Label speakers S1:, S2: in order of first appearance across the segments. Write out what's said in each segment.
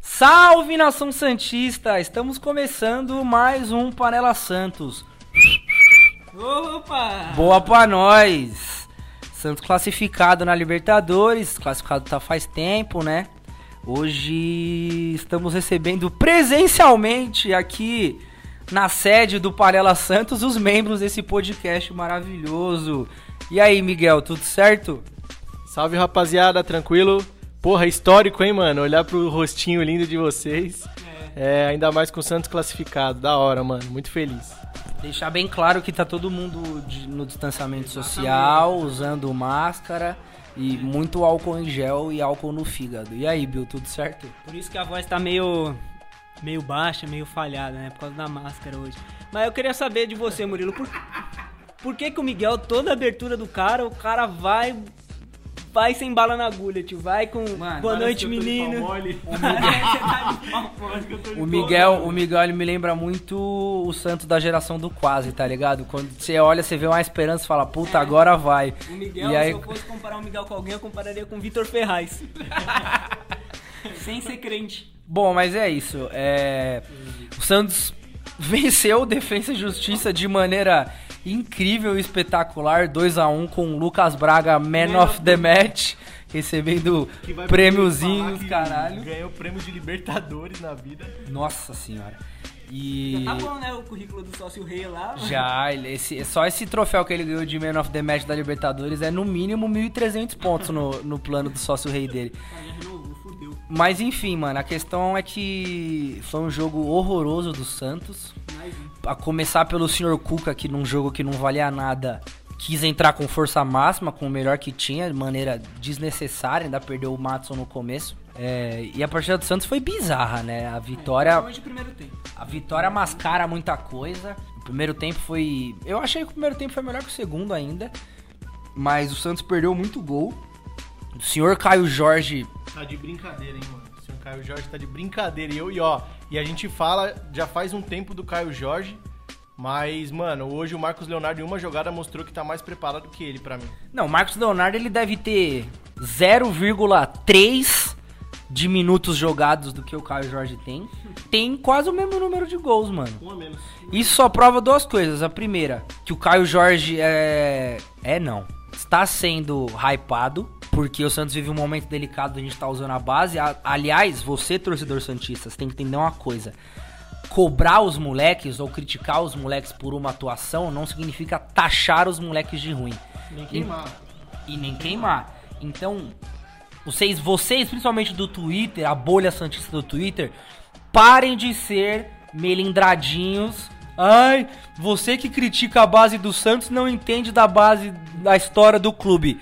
S1: Salve nação santista! Estamos começando mais um Panela Santos.
S2: Opa!
S1: Boa pra nós! Santos classificado na Libertadores, classificado tá faz tempo, né? Hoje estamos recebendo presencialmente aqui na sede do Panela Santos os membros desse podcast maravilhoso. E aí, Miguel, tudo certo?
S3: Salve rapaziada, tranquilo? Porra, histórico, hein, mano? Olhar pro rostinho lindo de vocês. É, ainda mais com o Santos classificado. Da hora, mano. Muito feliz.
S1: Deixar bem claro que tá todo mundo de- no distanciamento social, usando máscara e muito álcool em gel e álcool no fígado. E aí, Bill, tudo certo?
S2: Por isso que a voz tá meio meio baixa, meio falhada, né? Por causa da máscara hoje. Mas eu queria saber de você, Murilo, por, por que que o Miguel, toda abertura do cara, o cara vai vai sem bala na agulha, tio, vai com boa noite, menino. É
S1: O Miguel, o Miguel ele me lembra muito o Santos da geração do quase, tá ligado? Quando você olha, você vê uma esperança e fala, puta, agora vai.
S2: O Miguel,
S1: e
S2: se
S1: aí,
S2: eu fosse comparar o Miguel com alguém, eu compararia com o Vitor Ferraz. sem ser crente.
S1: Bom, mas é isso. É, O Santos venceu o Defensa e Justiça de maneira incrível e espetacular, 2 a 1 com o Lucas Braga, Man, of the Match, recebendo prêmiozinhos, caralho.
S3: Ganhou prêmio de Libertadores na vida.
S1: Nossa senhora. E
S2: Tá bom, né? O currículo do sócio rei lá. mano.
S1: já, ele- esse, é só esse troféu que ele ganhou de Man of the Match da Libertadores é no mínimo 1.300 pontos no, no plano do sócio rei dele.
S2: Ah, já renovou, fudeu.
S1: Mas enfim, mano, a questão é que foi um jogo horroroso do Santos.
S2: Mais um.
S1: A começar pelo senhor Cuca, que num jogo que não valia nada, quis entrar com força máxima, com o melhor que tinha, de maneira desnecessária, ainda perdeu o Matson no começo. É, e a partida do Santos foi bizarra, né? A vitória,
S2: Hoje é o primeiro tempo.
S1: a vitória mascara muita coisa. O primeiro tempo foi. Eu achei que o primeiro tempo foi melhor que o segundo ainda. Mas o Santos perdeu muito gol. O senhor Caio Jorge
S3: Tá de brincadeira, hein, mano? O senhor Caio Jorge tá de brincadeira. E eu, e ó, e a gente fala já faz um tempo do Caio Jorge. Mas, mano, hoje o Marcos Leonardo em uma jogada mostrou que tá mais preparado que ele pra mim.
S1: Não, o Marcos Leonardo ele deve ter 0,3 de minutos jogados do que o Caio Jorge tem. Tem quase o mesmo número de gols, mano.
S3: Um a menos.
S1: Isso só prova duas coisas. A primeira, que o Caio Jorge é. É não. Está sendo hypado. Porque o Santos vive um momento delicado, a gente tá usando a base. A- Aliás, você, torcedor Santista, você tem que entender uma coisa. Cobrar os moleques ou criticar os moleques por uma atuação não significa taxar os moleques de ruim.
S3: Nem
S1: queimar. E nem queimar. Então, vocês, vocês, principalmente do Twitter, a bolha santista do Twitter, parem de ser melindradinhos. Ai, você que critica a base do Santos não entende da base da história do clube.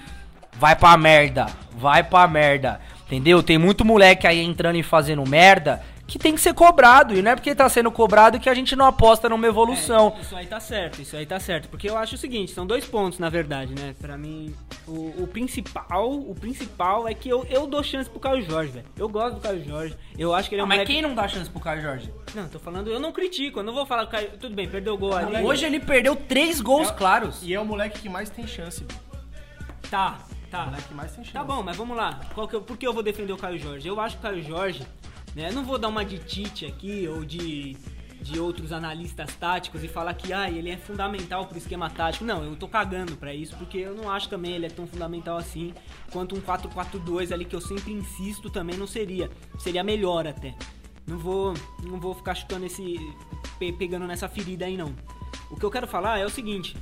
S1: Vai pra merda, vai pra merda. Entendeu? Tem muito moleque aí entrando e fazendo merda que tem que ser cobrado. E não é porque tá sendo cobrado que a gente não aposta numa evolução.
S2: É, isso aí tá certo, isso aí tá certo. Porque eu acho o seguinte, são dois pontos, na verdade, né? Pra mim, o, o principal, o principal é que eu, eu dou chance pro Caio Jorge, velho. Eu gosto do Caio Jorge. Eu acho que ele é
S1: Ah,
S2: um
S1: mas
S2: moleque-
S1: quem não dá chance pro Caio Jorge?
S2: Não, tô falando, eu não critico, eu não vou falar que o Caio. Tudo bem, perdeu o gol ali.
S1: Hoje ele perdeu três gols claros.
S3: E é o moleque que mais tem chance, bicho.
S2: Tá,
S3: O
S2: tá.
S3: moleque que mais tem chance.
S2: Tá bom, mas vamos lá. Qual que eu, por que eu vou defender o Caio Jorge? Eu acho que o Caio Jorge, né? eu Não vou dar uma de Tite aqui ou de, de outros analistas táticos e falar que ah, ele é fundamental pro esquema tático. Não, eu tô cagando pra isso porque eu não acho também ele é tão fundamental assim quanto um 4-4-2 ali que eu sempre insisto também não seria. Seria melhor até. Não vou, não vou ficar chutando esse. pe- pegando nessa ferida aí não. O que eu quero falar é o seguinte.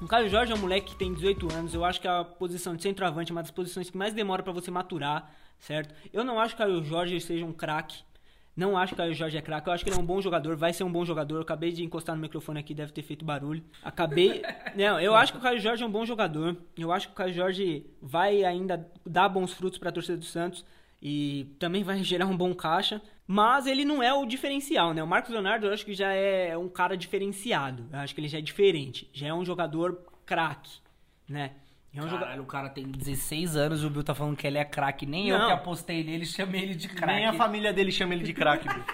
S2: O Caio Jorge é um moleque que tem 18 anos. Eu acho que a posição de centroavante é uma das posições que mais demora pra você maturar, certo? Eu não acho que o Caio Jorge seja um craque. Não acho que o Caio Jorge é craque. Eu acho que ele é um bom jogador, vai ser um bom jogador. Eu acabei de encostar no microfone aqui, deve ter feito barulho. Acabei. Não, eu acho que o Caio Jorge é um bom jogador. Eu acho que o Caio Jorge vai ainda dar bons frutos pra torcida do Santos e também vai gerar um bom caixa. Mas ele não é o diferencial, né? O Marcos Leonardo eu acho que já é um cara diferenciado. Eu acho que ele já é diferente. Já é um jogador craque, né? É um jogador.
S1: Caralho, o cara tem 16 anos e o Bill tá falando que ele é craque. Nem eu
S2: Não.
S1: que apostei nele chamei ele de
S3: Nem a
S1: craque.
S3: família dele chama ele de craque, bicho.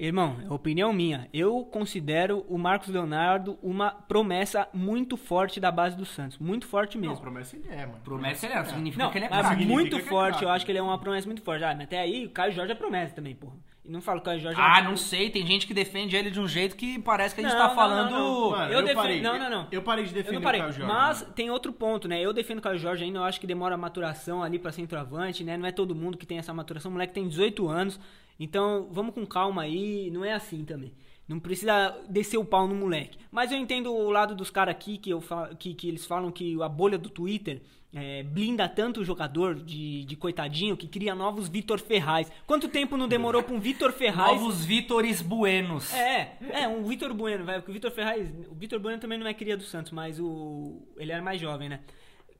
S2: Irmão, é opinião minha. Eu considero o Marcos Leonardo uma promessa muito forte da base do Santos. Muito forte mesmo.
S4: Não, promessa ele é, mano.
S1: Promessa ele é, significa
S2: Não,
S1: que ele é
S2: mas
S1: craque.
S4: significa
S2: muito
S4: que é
S2: forte.
S4: craque.
S2: eu acho que ele é uma promessa muito forte. Ah, mas até aí, o Caio Jorge é promessa também, porra. E não falo que o Caio Jorge
S1: Ah,
S2: é...
S1: não sei, tem gente que defende ele de um jeito que parece que a gente
S2: Não,
S1: tá
S2: não,
S1: falando.
S2: não, não.
S4: Mano,
S2: Eu
S4: eu,
S2: defendo-
S4: parei.
S2: não, não, não.
S4: Eu parei de
S2: Eu
S4: defender
S2: não parei,
S4: o Caio Jorge.
S2: mas tem outro ponto, né? Eu defendo o Caio Jorge ainda, eu acho que demora a maturação ali pra centroavante, né? Não é todo mundo que tem essa maturação, o moleque tem 18 anos, então vamos com calma aí, não é assim também. Não precisa descer o pau no moleque. Mas eu entendo o lado dos caras aqui, que, eu fa- que, que eles falam que a bolha do Twitter é, blinda tanto o jogador de, de coitadinho que cria novos Vitor Ferraz. Quanto tempo não demorou pra um Vitor Ferraz
S1: Novos Vítores Buenos.
S2: é, é, um Vitor Bueno, vai, porque o Vitor Ferraz, o Vitor Bueno também não é cria do Santos, mas o ele era mais jovem, né?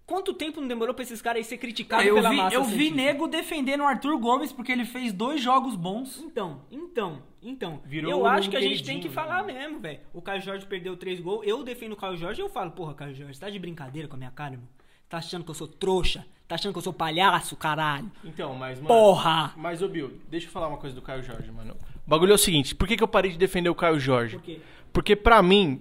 S2: Quanto tempo não demorou pra esses caras aí ser criticados
S1: eu
S2: pela
S1: vi,
S2: massa?
S1: eu vi
S2: santista?
S1: nego defendendo o Arthur Gomes porque ele fez dois jogos bons.
S2: Então, então, então.
S4: Virou
S2: eu
S4: um
S2: acho que a gente tem que
S4: queridinho,
S2: falar mesmo, velho. O Caio Jorge perdeu três gols, eu defendo o Caio Jorge e eu falo, porra, Caio Jorge, você tá de brincadeira com a minha cara, irmão? Tá achando que eu sou trouxa? Tá achando que eu sou palhaço, caralho?
S4: Então, mas, mano.
S2: Porra!
S4: Mas, ô Bill, deixa eu falar uma coisa do Caio Jorge, mano. O bagulho é o seguinte: por que, que eu parei de defender o Caio Jorge?
S2: Por quê?
S4: Porque, pra mim,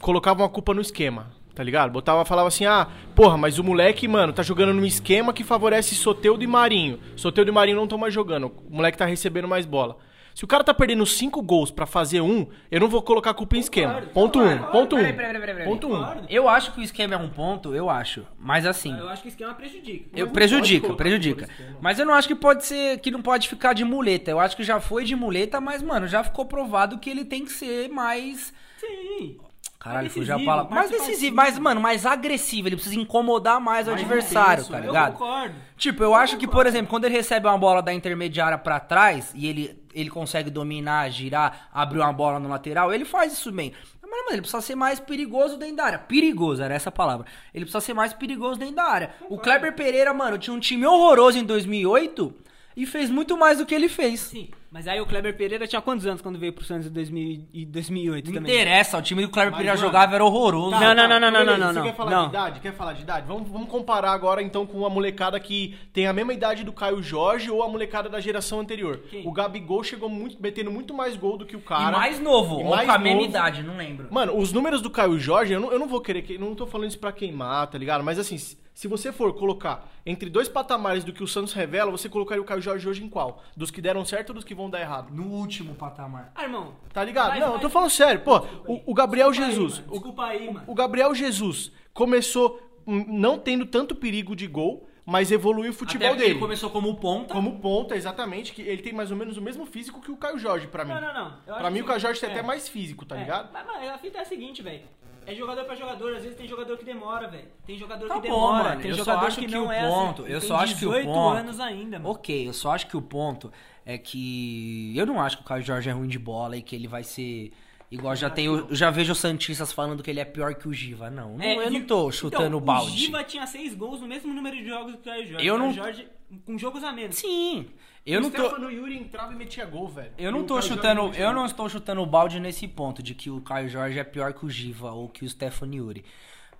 S4: colocava uma culpa no esquema, tá ligado? Botava, falava assim: ah, porra, mas o moleque, mano, tá jogando num esquema que favorece Soteudo e Marinho. Soteudo e Marinho não estão mais jogando, o moleque tá recebendo mais bola. Se o cara tá perdendo cinco gols pra fazer um, eu não vou colocar a culpa em esquema. ponto um, ponto um.
S1: Peraí, peraí, peraí, peraí.
S4: Ponto um.
S2: Concordo.
S1: Eu acho que o esquema é um ponto, eu acho. Mas assim.
S2: Eu acho que o esquema prejudica.
S1: Eu
S4: não
S1: prejudica,
S4: pode colocar
S1: prejudica.
S4: no esquema.
S1: Mas eu não acho que pode ser, que não pode ficar de muleta. Eu acho que já foi de muleta, mas mano, já ficou provado que ele tem que ser mais
S2: Sim.
S1: Caralho,
S2: Mais
S1: fugiu a
S2: decisivo,
S1: palavra. Mais
S2: participativo.
S1: decisivo, mas, mano, mais agressivo. Ele precisa incomodar mais, o adversário, tá
S4: intenso, né?
S1: ligado?
S2: Eu concordo.
S1: Tipo, eu acho que, por exemplo, quando ele recebe uma bola da intermediária pra trás e ele, ele consegue dominar, girar, abrir uma bola no lateral, ele faz isso bem. Mas, mano, ele precisa ser mais perigoso dentro da área. Perigoso, era essa a palavra. Ele precisa ser mais perigoso dentro da área. O Kleber Pereira, mano, tinha um time horroroso em 2008 e fez muito mais do que ele fez.
S2: Sim, mas aí o Kleber Pereira tinha quantos anos quando veio pro Santos em 2000 e 2008
S1: Não
S2: também?
S1: interessa, o time do Kleber
S4: Mas,
S1: Pereira
S4: mano,
S1: jogava era horroroso.
S2: Tá, Não, não, não, não, não,
S4: Beleza,
S2: não, não,
S4: Você
S2: não.
S4: quer falar
S2: Não.
S4: de idade? Quer falar de idade? Vamos, vamos comparar agora então com uma molecada que tem a mesma idade do Caio Jorge ou a molecada da geração anterior.
S2: Quem?
S4: O Gabigol chegou muito, metendo muito mais gol do que o cara.
S1: e mais novo,
S4: E
S1: ou
S4: mais
S1: com a mesma
S4: novo.
S1: idade, não lembro.
S4: Mano, os números do Caio Jorge, eu não, eu não vou querer, que, não tô falando isso pra queimar, tá ligado? Mas assim, se, se você for colocar entre dois patamares do que o Santos revela, você colocaria o Caio Jorge hoje em qual? Dos que deram certo ou dos que vão dar errado?
S1: No último patamar.
S2: Ah, irmão.
S4: Tá ligado?
S2: Vai,
S4: não,
S2: vai.
S4: eu tô falando sério. Pô, o, o Gabriel Jesus,
S2: Aí, mano,
S4: o,
S2: Desculpa aí, mano.
S4: O Gabriel Jesus começou hum, não tendo tanto perigo de gol, mas evoluiu o futebol
S1: Até porque
S4: dele.
S1: Ele começou como ponta.
S4: Como ponta, exatamente, que ele tem mais ou menos o mesmo físico que o Caio Jorge, pra mim.
S2: Não, não, não. Eu acho
S4: Pra mim,
S2: que-
S4: o Caio Jorge tem
S2: é.
S4: até mais físico, tá
S2: É,
S4: ligado?
S2: Mas, mano, a fita é a seguinte, velho. É jogador pra jogador, às vezes tem jogador que demora, velho. Tem jogador
S1: Tá
S2: que
S1: bom,
S2: demora,
S1: mano,
S2: tem
S1: eu só
S2: jogador
S1: acho
S2: que,
S1: que
S2: não
S1: o
S2: é
S1: ponto,
S2: assim.
S1: eu
S2: tem
S1: só acho que o
S2: 18
S1: ponto-
S2: anos ainda, mano.
S1: Ok, eu só acho que o ponto é que. Eu não acho que o Caio Jorge é ruim de bola e que ele vai ser. Igual já tem. o- Já vejo os Santistas falando que ele é pior que o Giva. Não, não eu
S2: É, e-
S1: não tô chutando
S2: então,
S1: o balde.
S2: O Giva tinha seis gols no mesmo número de jogos que o Caio Jorge.
S1: Eu
S2: O Caio
S1: não-
S2: Jorge com jogos a menos.
S1: Sim. Eu não tô.
S4: Stefano Yuri entrava e metia gol, velho.
S1: Eu
S4: E
S1: não
S4: o
S1: tô
S4: Caio Jorge
S2: é
S1: chutando,
S4: metia
S1: eu
S4: gol.
S1: não estou chutando o balde nesse ponto de que o Caio Jorge é pior que o Giva ou que o Stefano Yuri.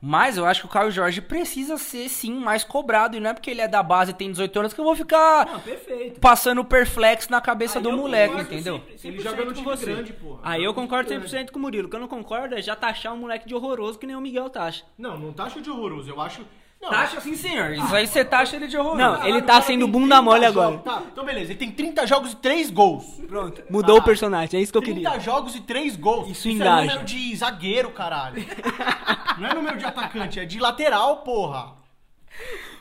S1: Mas eu acho que o Caio Jorge precisa ser sim mais cobrado e não é porque ele é da base e tem 18 anos que eu vou ficar
S2: Não, perfeito.
S1: passando perflex na cabeça
S2: Aí
S1: do
S2: eu
S1: moleque,
S2: concordo
S1: entendeu?
S2: sempre-
S4: Ele
S2: 100%
S4: joga no
S2: com
S4: time
S2: você.
S4: grande, porra.
S2: Aí eu
S4: Joga no
S2: concordo
S4: time grande.
S2: 100% com o Murilo. O que eu não concordo é já taxar um moleque de horroroso que nem o Miguel taxa.
S4: Não, não tá chute horroroso, eu acho. Não,
S1: Taxa sim, senhor. Isso aí você taxa ele de horroroso.
S2: Não, Tá ele
S4: o
S2: tá
S4: cara
S2: sendo
S4: tem
S2: bunda
S4: 30
S2: mole
S4: jogos.
S2: agora.
S4: Tá, então beleza, ele tem 30 jogos e 3 gols.
S2: Pronto. Mudou
S4: Tá.
S2: o personagem, é isso que eu
S4: 30
S2: queria.
S4: jogos e 3 gols.
S2: Isso
S4: é
S2: engaja.
S4: número de zagueiro, caralho. Não é número de atacante, é de lateral, porra.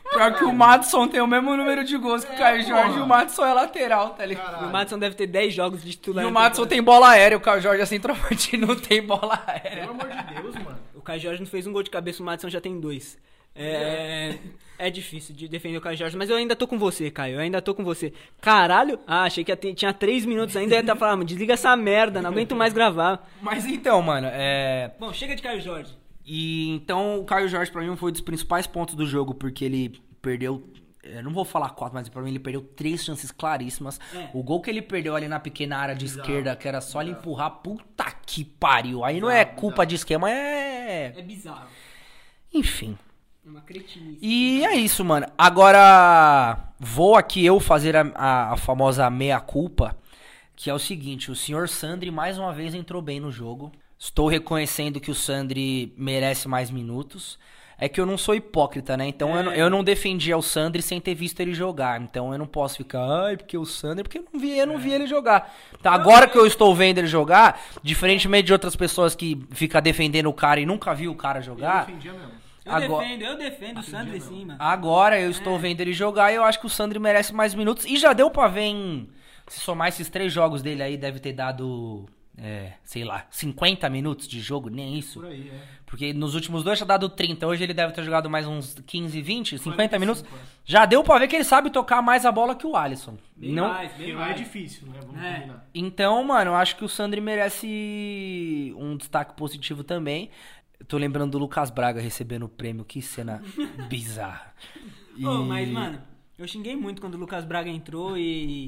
S1: Pior que o Madison tem o mesmo número de gols que o Caio Jorge
S4: porra.
S1: e o Madison é lateral, tá ligado?
S2: O
S4: Caralho.
S2: Madison deve ter 10 jogos de titular.
S1: E o
S2: no
S1: Madison tem bola aérea, o Caio Jorge é centroavante e não tem bola aérea.
S4: Pelo amor de Deus, mano.
S2: O Caio Jorge não fez um gol de cabeça, o Madison já tem dois. É, é difícil de defender o Caio Jorge, mas eu ainda tô com você, Caio. Eu ainda tô com você. Caralho! Ah, achei que ia ter- tinha três minutos ainda e ia estar falando, "Ah, desliga essa merda, não aguento mais gravar.
S1: Mas então, mano, é.
S2: Bom, chega de Caio Jorge.
S1: E então o Caio Jorge pra mim foi um dos principais pontos do jogo, porque ele perdeu. Eu não vou falar quatro, mas pra mim ele perdeu três chances claríssimas.
S2: É.
S1: O gol que ele perdeu ali na pequena área de esquerda, que era só ele empurrar, puta que pariu. Aí não é culpa de esquema, é.
S2: É bizarro.
S1: Enfim.
S2: É uma cretinice.
S1: E é isso, mano. Agora vou aqui eu fazer a, a- a famosa meia culpa que é o seguinte: o senhor Sandri mais uma vez entrou bem no jogo. Estou reconhecendo que o Sandri merece mais minutos. É que eu não sou hipócrita, né? Então eu, não- eu não defendia o Sandri sem ter visto ele jogar. Então eu não posso ficar, ai, porque o Sandri, porque eu não vi, eu não vi ele jogar. Então agora que eu estou vendo ele jogar, diferentemente de outras pessoas que ficam defendendo o cara e nunca viu o cara jogar,
S3: defendia mesmo.
S2: Eu
S1: Agora-
S2: defendo, eu defendo o Sandro em cima.
S1: Agora eu
S2: É.
S1: estou vendo ele jogar e eu acho que o Sandri merece mais minutos. E já deu pra ver em. Se somar esses três jogos dele aí, deve ter dado. é, sei lá, 50 minutos de jogo, nem isso.
S3: Por aí, é.
S1: Porque nos últimos dois tinha dado 30. Hoje ele deve ter jogado mais uns 15, 20, 50 minutos. Já deu pra ver que ele sabe tocar mais a bola que o Alisson.
S2: é. Bem
S1: Não,
S2: mais,
S3: Porque
S2: bem
S3: não é
S2: mais.
S3: difícil, né? Vamos
S2: É.
S3: combinar.
S1: então, mano, eu acho que o Sandri merece um destaque positivo também. Eu tô lembrando do Lucas Braga recebendo o prêmio, que cena bizarra. E-
S2: Ô, mas, mano, eu xinguei muito quando o Lucas Braga entrou e.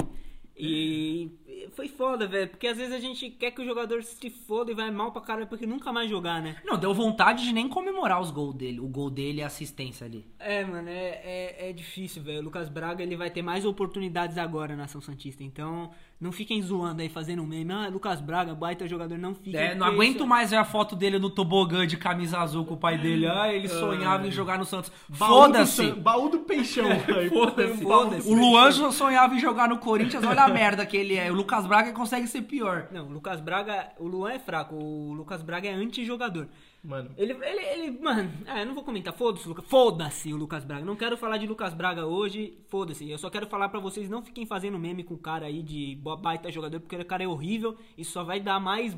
S2: E e foi foda, velho. Porque às vezes a gente quer que o jogador se foda e vai mal pra caralho porque nunca mais jogar, né?
S1: Não, deu vontade de nem comemorar os gols dele. O gol dele e a assistência ali.
S2: É, mano, é, é, é difícil, velho. O Lucas Braga ele vai ter mais oportunidades agora na Ação Santista. Então, não fiquem zoando aí fazendo meme. Ah, Lucas Braga, baita jogador, não fiquem.
S1: É, não
S2: porque
S1: aguento
S2: isso-
S1: mais ver a foto dele no tobogã de camisa azul com o pai dele. Ah, ele sonhava em jogar no Santos.
S3: Baú do
S1: Foda-se!
S3: San- Baú do peixão. velho.
S1: Foda-se.
S3: um Baú do
S1: O Luan sonhava em jogar no Corinthians, olha a merda que ele é. O Lucas Braga consegue ser pior.
S2: Não, o Lucas Braga. O Luan é fraco, o Lucas Braga é anti-jogador.
S3: Mano,
S2: Ele, ele, ele, mano, ah, eu não vou comentar, foda-se, Lucas, foda-se o Lucas Braga. Não quero falar de Lucas Braga hoje, foda-se. Eu só quero falar pra vocês, não fiquem fazendo meme com o cara aí de bo- baita jogador, porque o cara é horrível e só vai dar mais,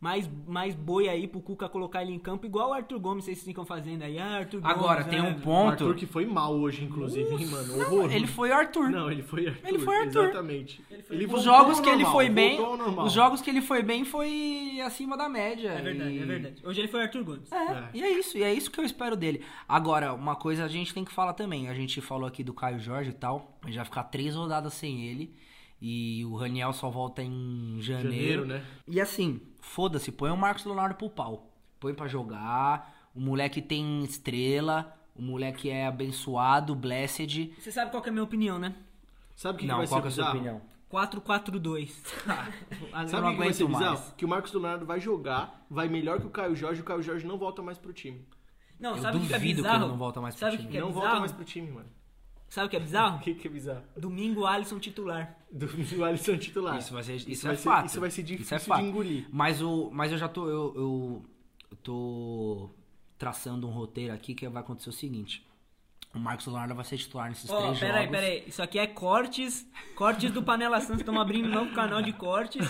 S2: mais, mais boi aí pro Cuca colocar ele em campo, igual o Arthur Gomes, vocês ficam fazendo aí. Ah, Arthur Gomes,
S1: Agora,
S2: ah,
S1: tem um
S3: o
S1: ponto.
S3: né? Arthur que foi mal hoje, inclusive, hein, mano? Horroroso.
S1: Ele foi o Arthur.
S3: Não, ele foi Arthur.
S1: Ele foi Arthur.
S3: Exatamente. Ele
S1: Os
S3: voltou
S1: jogos
S3: ao
S1: que ele
S3: normal,
S1: foi bem,
S3: voltou ao normal.
S1: os jogos que ele foi bem foi acima da média.
S2: É verdade,
S1: e-
S2: é verdade. Hoje ele foi o Arthur Gomes.
S1: É, e é isso, e é isso que eu espero dele. Agora, uma coisa a gente tem que falar também. A gente falou aqui do Caio Jorge e tal. A gente vai ficar três rodadas sem ele. E o Raniel só volta em janeiro.
S3: Janeiro, né?
S1: E assim, foda-se, põe o Marcos Leonardo pro pau. Põe pra jogar. O moleque tem estrela. O moleque é abençoado, blessed.
S2: Você sabe qual que é a minha opinião, né?
S3: Sabe o que,
S1: não,
S3: que vai
S1: qual
S3: ser
S1: que é a sua
S3: bizarro? Ah,
S1: opinião? eu
S2: 4-4-2.
S3: Sabe
S1: não
S3: o que vai ser
S1: aguento
S3: bizarro?
S1: mais.
S3: Que o Marcos Leonardo vai jogar, vai melhor que o Caio Jorge, o Caio Jorge não volta mais pro time.
S2: Não,
S1: Eu
S2: sabe o que é
S1: duvido que ele
S2: bizarro?
S1: não volta mais pro
S2: sabe o
S1: time.
S2: que é
S3: não volta
S2: bizarro?
S3: mais pro time, mano.
S2: Sabe o que é bizarro?
S3: O que, que é bizarro?
S2: Domingo Alisson titular.
S3: Do, do Alisson titular.
S1: Isso vai ser, isso,
S3: vai
S1: é
S3: ser-
S1: fato.
S3: Tá. isso vai ser difícil
S1: Isso é fato.
S3: de engolir.
S1: Mas, o, mas eu já tô. Eu, eu, eu tô traçando um roteiro aqui que vai acontecer o seguinte: o Marcos Leonardo vai ser titular nesses
S2: Ó,
S1: três jogos.
S2: peraí, peraí. Isso aqui é cortes. Cortes do Panela Santos. Estamos abrindo um novo canal de cortes.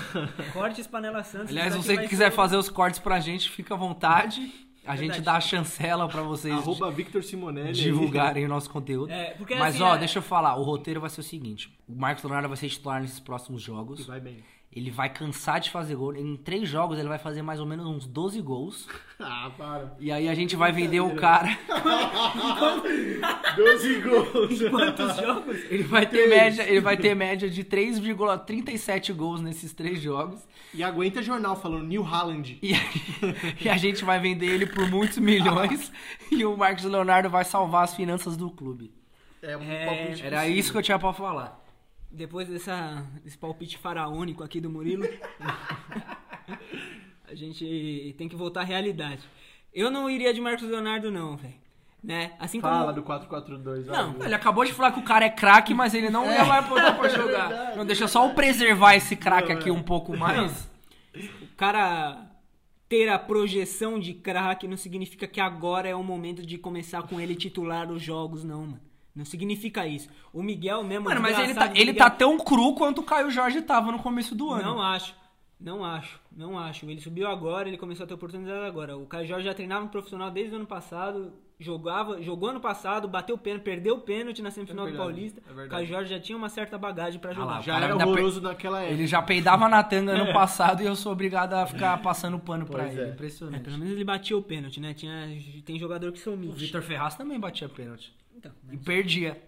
S2: Cortes Panela Santos.
S1: Aliás,
S2: Isso aqui
S1: você
S2: vai
S1: que quiser
S2: ser-
S1: fazer os cortes pra gente, fica à vontade. A gente
S2: Verdade.
S1: dá a chancela pra vocês
S3: Arroba Victor Simonelli. aí.
S1: divulgarem o nosso conteúdo.
S2: É, porque
S1: mas,
S2: assim,
S1: ó,
S2: é-
S1: deixa eu falar: o roteiro vai ser o seguinte: o Marcos Leonardo vai ser titular nesses próximos jogos.
S3: Vai bem.
S1: Ele vai cansar de fazer gol. Em três jogos, ele vai fazer mais ou menos uns 12 gols.
S3: Ah, para.
S1: E aí a gente vai vender o cara.
S3: 12 gols.
S2: Quantos jogos?
S1: Ele vai ter média, ele vai ter média de 3,37 gols nesses três jogos.
S3: E aguenta jornal falando New Haaland.
S1: E, e a gente vai vender ele por muitos milhões. e o Marcos Leonardo vai salvar as finanças do clube.
S3: É um
S2: É,
S3: palpite
S1: Era
S3: possível.
S1: isso que eu tinha pra falar.
S2: Depois dessa, desse palpite faraônico aqui do Murilo, a gente tem que voltar à realidade. Eu não iria de Marcos Leonardo, não, velho. Né? Assim
S3: Fala
S2: como.
S3: do 442. vai,
S2: Não,
S3: Lu.
S1: Ele acabou de falar que o cara é craque, mas ele não ia vai botar pra jogar. não, deixa eu só eu preservar esse craque aqui um pouco mais.
S2: O cara ter a projeção de craque não significa que agora é o momento de começar com ele titular os jogos, não, mano. Não significa isso. O Miguel mesmo.
S1: Mano, mas ele tá,
S2: desgraçado,
S1: ele
S2: Miguel-
S1: tá tão cru quanto o Caio Jorge tava no começo do ano.
S2: Não acho. Não acho, não acho. Ele subiu agora, ele começou a ter oportunidade agora. O Caio Jorge já treinava no profissional desde o ano passado, jogava, jogou ano passado, bateu o pênalti, perdeu o pênalti na semifinal
S3: É verdade,
S2: do Paulista.
S3: é verdade.
S2: o Caio Jorge já tinha uma certa bagagem pra
S1: Ah lá,
S2: jogar. É,
S1: o
S3: Já
S1: cara
S3: era
S1: ainda pe-
S3: horroroso naquela época.
S1: Ele já peidava na tanga ano passado e eu sou obrigado a ficar passando pano pra
S3: Pois
S1: ele.
S3: é.
S2: É,
S1: Impressionante.
S2: pelo menos ele batia o pênalti, né? Tinha, tem jogador que são
S1: O
S2: mídias.
S1: Vitor Ferraz também batia pênalti.
S2: Então,
S1: E perdia.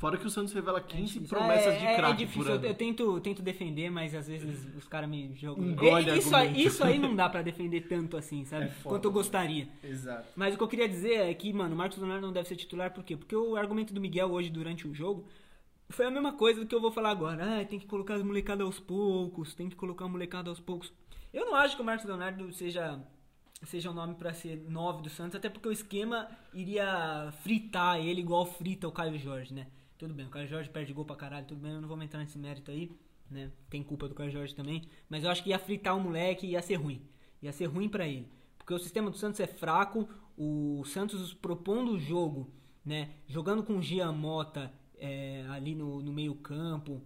S3: Fora que o Santos revela 15
S2: Isso
S3: promessas
S2: é-
S3: de
S2: é- É
S3: craque por
S2: difícil, eu,
S3: ano.
S2: eu tento, tento defender, mas às vezes os caras me jogam.
S3: Engole
S2: E- isso, aí,
S3: argumento.
S2: isso aí não dá pra defender tanto assim, sabe?
S3: É foda,
S2: Quanto eu
S3: né?
S2: gostaria.
S3: Exato.
S2: Mas o que eu queria dizer é que, mano, o Marcos Leonardo não deve ser titular, por quê? Porque o argumento do Miguel hoje durante o jogo Foi a mesma coisa do que eu vou falar agora. Ah, tem que colocar as molecadas aos poucos, tem que colocar a molecada aos poucos. Eu não acho que o Marcos Leonardo seja seja o nome pra ser 9 do Santos, até porque o esquema iria fritar ele igual frita o Caio Jorge, né? Tudo bem, o Caio Jorge perde gol pra caralho, tudo bem, eu não vou entrar nesse mérito aí, né? Tem culpa do Caio Jorge também, mas eu acho que ia fritar o moleque e ia ser ruim. Ia ser ruim pra ele. Porque o sistema do Santos é fraco, o Santos propondo o jogo, né? Jogando com Gia Mota é, ali no, no meio-campo,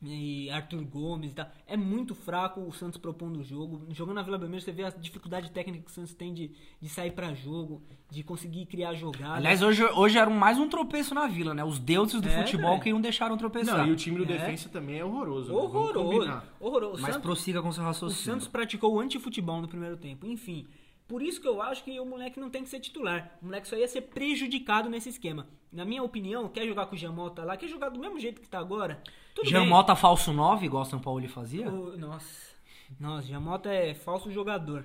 S2: né, e Arthur Gomes e tal. É muito fraco o Santos propondo o jogo. Jogando na Vila Belmiro, você vê a dificuldade técnica que o Santos tem de, de sair pra jogo, de conseguir criar jogada.
S1: Aliás, hoje, hoje era mais um tropeço na vila, né? Os deuses do
S2: É,
S1: futebol
S2: velho.
S1: que não deixaram tropeçar.
S3: Não, e o time do
S2: É.
S3: defensa também é horroroso. né? Vamos
S2: horroroso.
S3: combinar.
S2: horroroso. O
S1: Mas
S2: Santos-
S1: prossiga com seu
S2: O
S1: raciocínio.
S2: Santos praticou o antifutebol no primeiro tempo. Enfim, por isso que eu acho que o moleque não tem que ser titular. O moleque só ia ser prejudicado nesse esquema. Na minha opinião, quer jogar com o Jamota lá, quer jogar do mesmo jeito que tá agora, tudo bem.
S1: Jamota falso 9, igual o São Paulo fazia?
S2: O- nossa. Nossa, Jamota é falso jogador.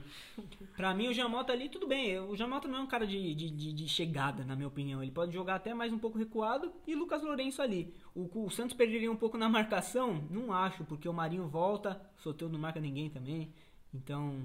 S2: Pra mim, o Jamota ali, tudo bem. O Jamota não é um cara de, de, de- de chegada, na minha opinião. Ele pode jogar até mais um pouco recuado e Lucas Lourenço ali. O, o Santos perderia um pouco na marcação? Não acho, porque o Marinho volta, o Soteldo não marca ninguém também. Então,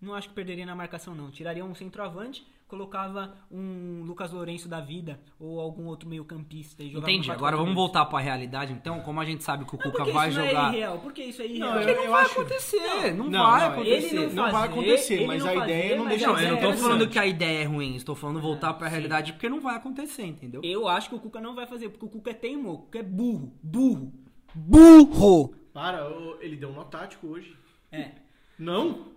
S2: não acho que perderia na marcação, não. Tiraria um centroavante, colocava um Lucas Lourenço da vida ou algum outro meio-campista. e jogava
S1: Entendi.
S2: no
S1: Agora vamos
S2: 4-4-2.
S1: voltar pra realidade, então. Como a gente sabe que o
S2: Mas por
S1: Cuca
S2: que
S1: vai
S2: É, isso não
S1: jogar.
S2: é irreal? Por que isso é irreal?
S3: Não,
S1: Porque não,
S3: Eu
S1: vai
S3: acho-
S1: acontecer. é, Não,
S3: Não,
S1: vai
S3: não,
S1: acontecer.
S2: Ele
S3: não
S2: não,
S3: vai
S2: fazer,
S3: acontecer,
S2: ele
S3: mas é
S2: não
S3: a
S2: fazer,
S3: ideia não
S2: mas
S3: deixa-
S2: a
S1: Não, eu não tô
S2: interessante.
S1: falando que a ideia é ruim, estou falando voltar pra
S2: sim.
S1: realidade porque não vai acontecer, entendeu?
S2: Eu acho que o Cuca não vai fazer, porque o Cuca é teimoso, o Cuca é burro, burro, burro.
S3: Para, ô, ele deu um nó tático hoje.
S2: É.
S3: Não?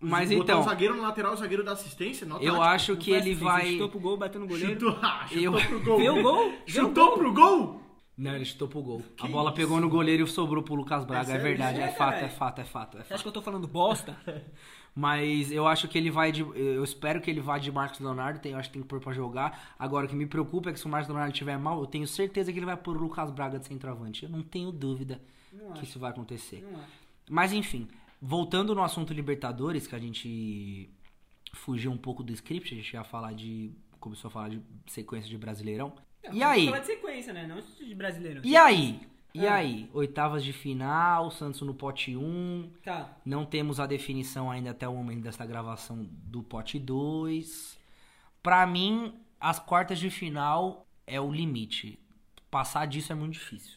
S1: Mas
S3: Botar
S1: então-
S3: um zagueiro no lateral, o zagueiro dá assistência, nó
S1: Eu
S3: tático.
S1: acho tipo que ele vai.
S2: Chutou pro gol, bateu no goleiro.
S3: Chutou, ah, chutou
S1: Eu-
S3: pro gol.
S2: Vê o gol? Vê o
S3: Chutou pro gol?
S1: Não, ele chutou pro gol. a bola
S3: isso?
S1: pegou no goleiro e sobrou pro Lucas Braga. É,
S3: sério?
S1: verdade, é
S2: É,
S1: fato, é
S2: caralho.
S1: fato, é fato, é
S2: Você acha
S1: fato.
S2: que eu tô falando bosta?
S1: Mas eu acho que ele vai de. Eu espero que ele vá de Marcos Leonardo. Tem, eu acho que tem que pôr pra jogar. Agora, o que me preocupa é que se o Marcos Leonardo estiver mal, eu tenho certeza que ele vai pôr o Lucas Braga de centroavante. Eu não tenho dúvida
S2: Não
S1: que
S2: acho.
S1: isso vai acontecer.
S2: Não acho.
S1: Mas enfim, voltando no assunto Libertadores, que a gente fugiu um pouco do script, a gente ia falar de. Começou a falar de sequência de Brasileirão. e aí?
S2: Falar de sequência, né? Não de brasileiro.
S1: E aí?
S2: É.
S1: E aí? Oitavas de final, Santos no pote 1.
S2: Tá.
S1: Não temos a definição ainda até o momento desta gravação do pote 2. Pra mim, as quartas de final é o limite. Passar disso é muito difícil.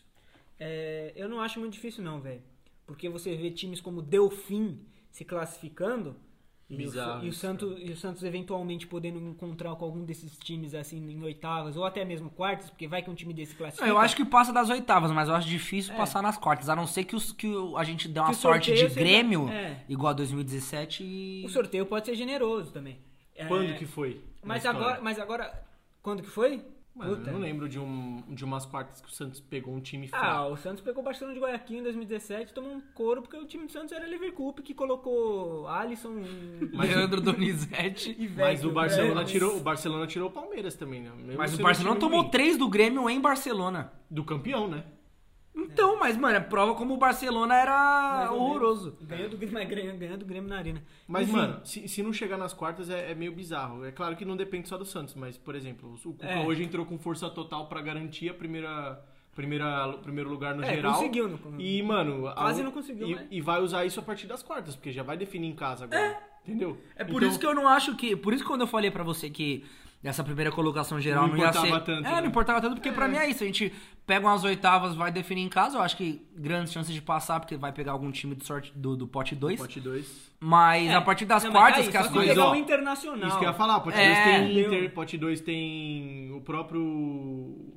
S2: É, eu não acho muito difícil não, velho. Porque você vê times como Delfim se classificando e o,
S3: Bizarro
S2: e o
S3: isso,
S2: Santos, e o Santos eventualmente podendo encontrar com algum desses times assim em oitavas ou até mesmo quartas, porque vai que um time desse classifica.
S1: Não, eu acho que passa das oitavas, mas eu acho difícil
S2: É.
S1: passar nas quartas. A não ser que, os, que o- a gente dê uma
S2: Que o
S1: sorte de
S2: sorteio seja-
S1: Grêmio,
S2: é.
S1: igual a 2017 e.
S2: o sorteio pode ser generoso também. É,
S3: Quando que foi?
S2: Mas
S3: Na história?
S2: agora, mas agora. Quando que foi?
S3: Mano,
S2: Puta.
S3: eu não lembro de, um, de umas quartas que o Santos pegou um time
S2: Ah,
S3: fraco.
S2: o Santos pegou o Barcelona de Guayaquil em 2017 tomou um couro porque o time do Santos era Leverkusen que colocou Alisson
S3: mas-
S1: Leandro Donizete.
S2: e Vecchio,
S3: Mas o Barcelona,
S2: né?
S3: tirou, o Barcelona tirou o Palmeiras também, né? Mesmo
S1: Mas o
S3: sendo um
S1: Barcelona
S3: time
S1: tomou
S3: ruim.
S1: três do Grêmio em Barcelona.
S3: Do campeão, né?
S1: Então, mas, mano, é prova como o Barcelona era
S3: Ah,
S2: Mais ou menos.
S1: horroroso.
S2: Ganhou do, Grêmio- mas ganhou- ganhou do Grêmio na arena.
S3: Mas,
S2: Enfim,
S3: mano, se, se não chegar nas quartas é, é meio bizarro. É claro que não depende só do Santos, mas, por exemplo, o Cuca
S2: É.
S3: hoje entrou com força total pra garantir a primeira, primeira, primeiro lugar no
S2: É,
S3: geral.
S2: conseguiu, não-
S3: E, mano... a-
S2: Quase não conseguiu,
S3: e,
S2: né?
S3: e vai usar isso a partir das quartas, porque já vai definir em casa agora. Entendeu? Então,
S1: É por
S4: Então-
S1: isso que eu não acho que. Por isso que quando eu falei pra você que essa primeira colocação geral não,
S3: Não
S1: ia
S3: importava
S1: ser.
S3: tanto,
S1: é,
S3: né?
S1: não importava tanto, porque pra mim é isso. A gente pega umas oitavas, vai definir em casa. Eu acho que grandes chances de passar, porque vai pegar algum time do, sorte, do, do pote 2.
S3: Pote 2...
S1: Mas
S2: É.
S1: a partir das
S2: Não, mas
S1: quartas,
S2: tá aí,
S1: que as
S2: só se
S1: coisas.
S2: pegar
S3: ó,
S2: o Internacional.
S3: Isso que eu ia falar, pote 2
S1: É.
S3: tem Inter,
S2: Entendeu?
S3: pote 2 tem o próprio...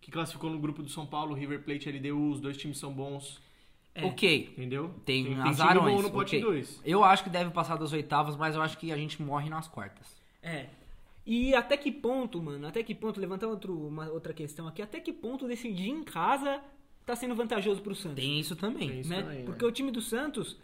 S3: Que classificou no grupo do São Paulo, River Plate, LDU, os dois times são bons,
S2: É.
S1: Ok.
S3: entendeu?
S1: Tem,
S3: time
S1: azarões.
S3: bom no pote
S1: ok.
S3: 2.
S1: Eu acho que deve passar das oitavas, mas eu acho que a gente morre nas quartas.
S2: É. E até que ponto, mano? Até que ponto, levantar outro, uma outra questão aqui, até que ponto decidir em casa tá sendo vantajoso pro Santos?
S1: Tem isso também.
S3: Tem isso.
S2: né?
S3: também, né?
S2: Porque o time do Santos,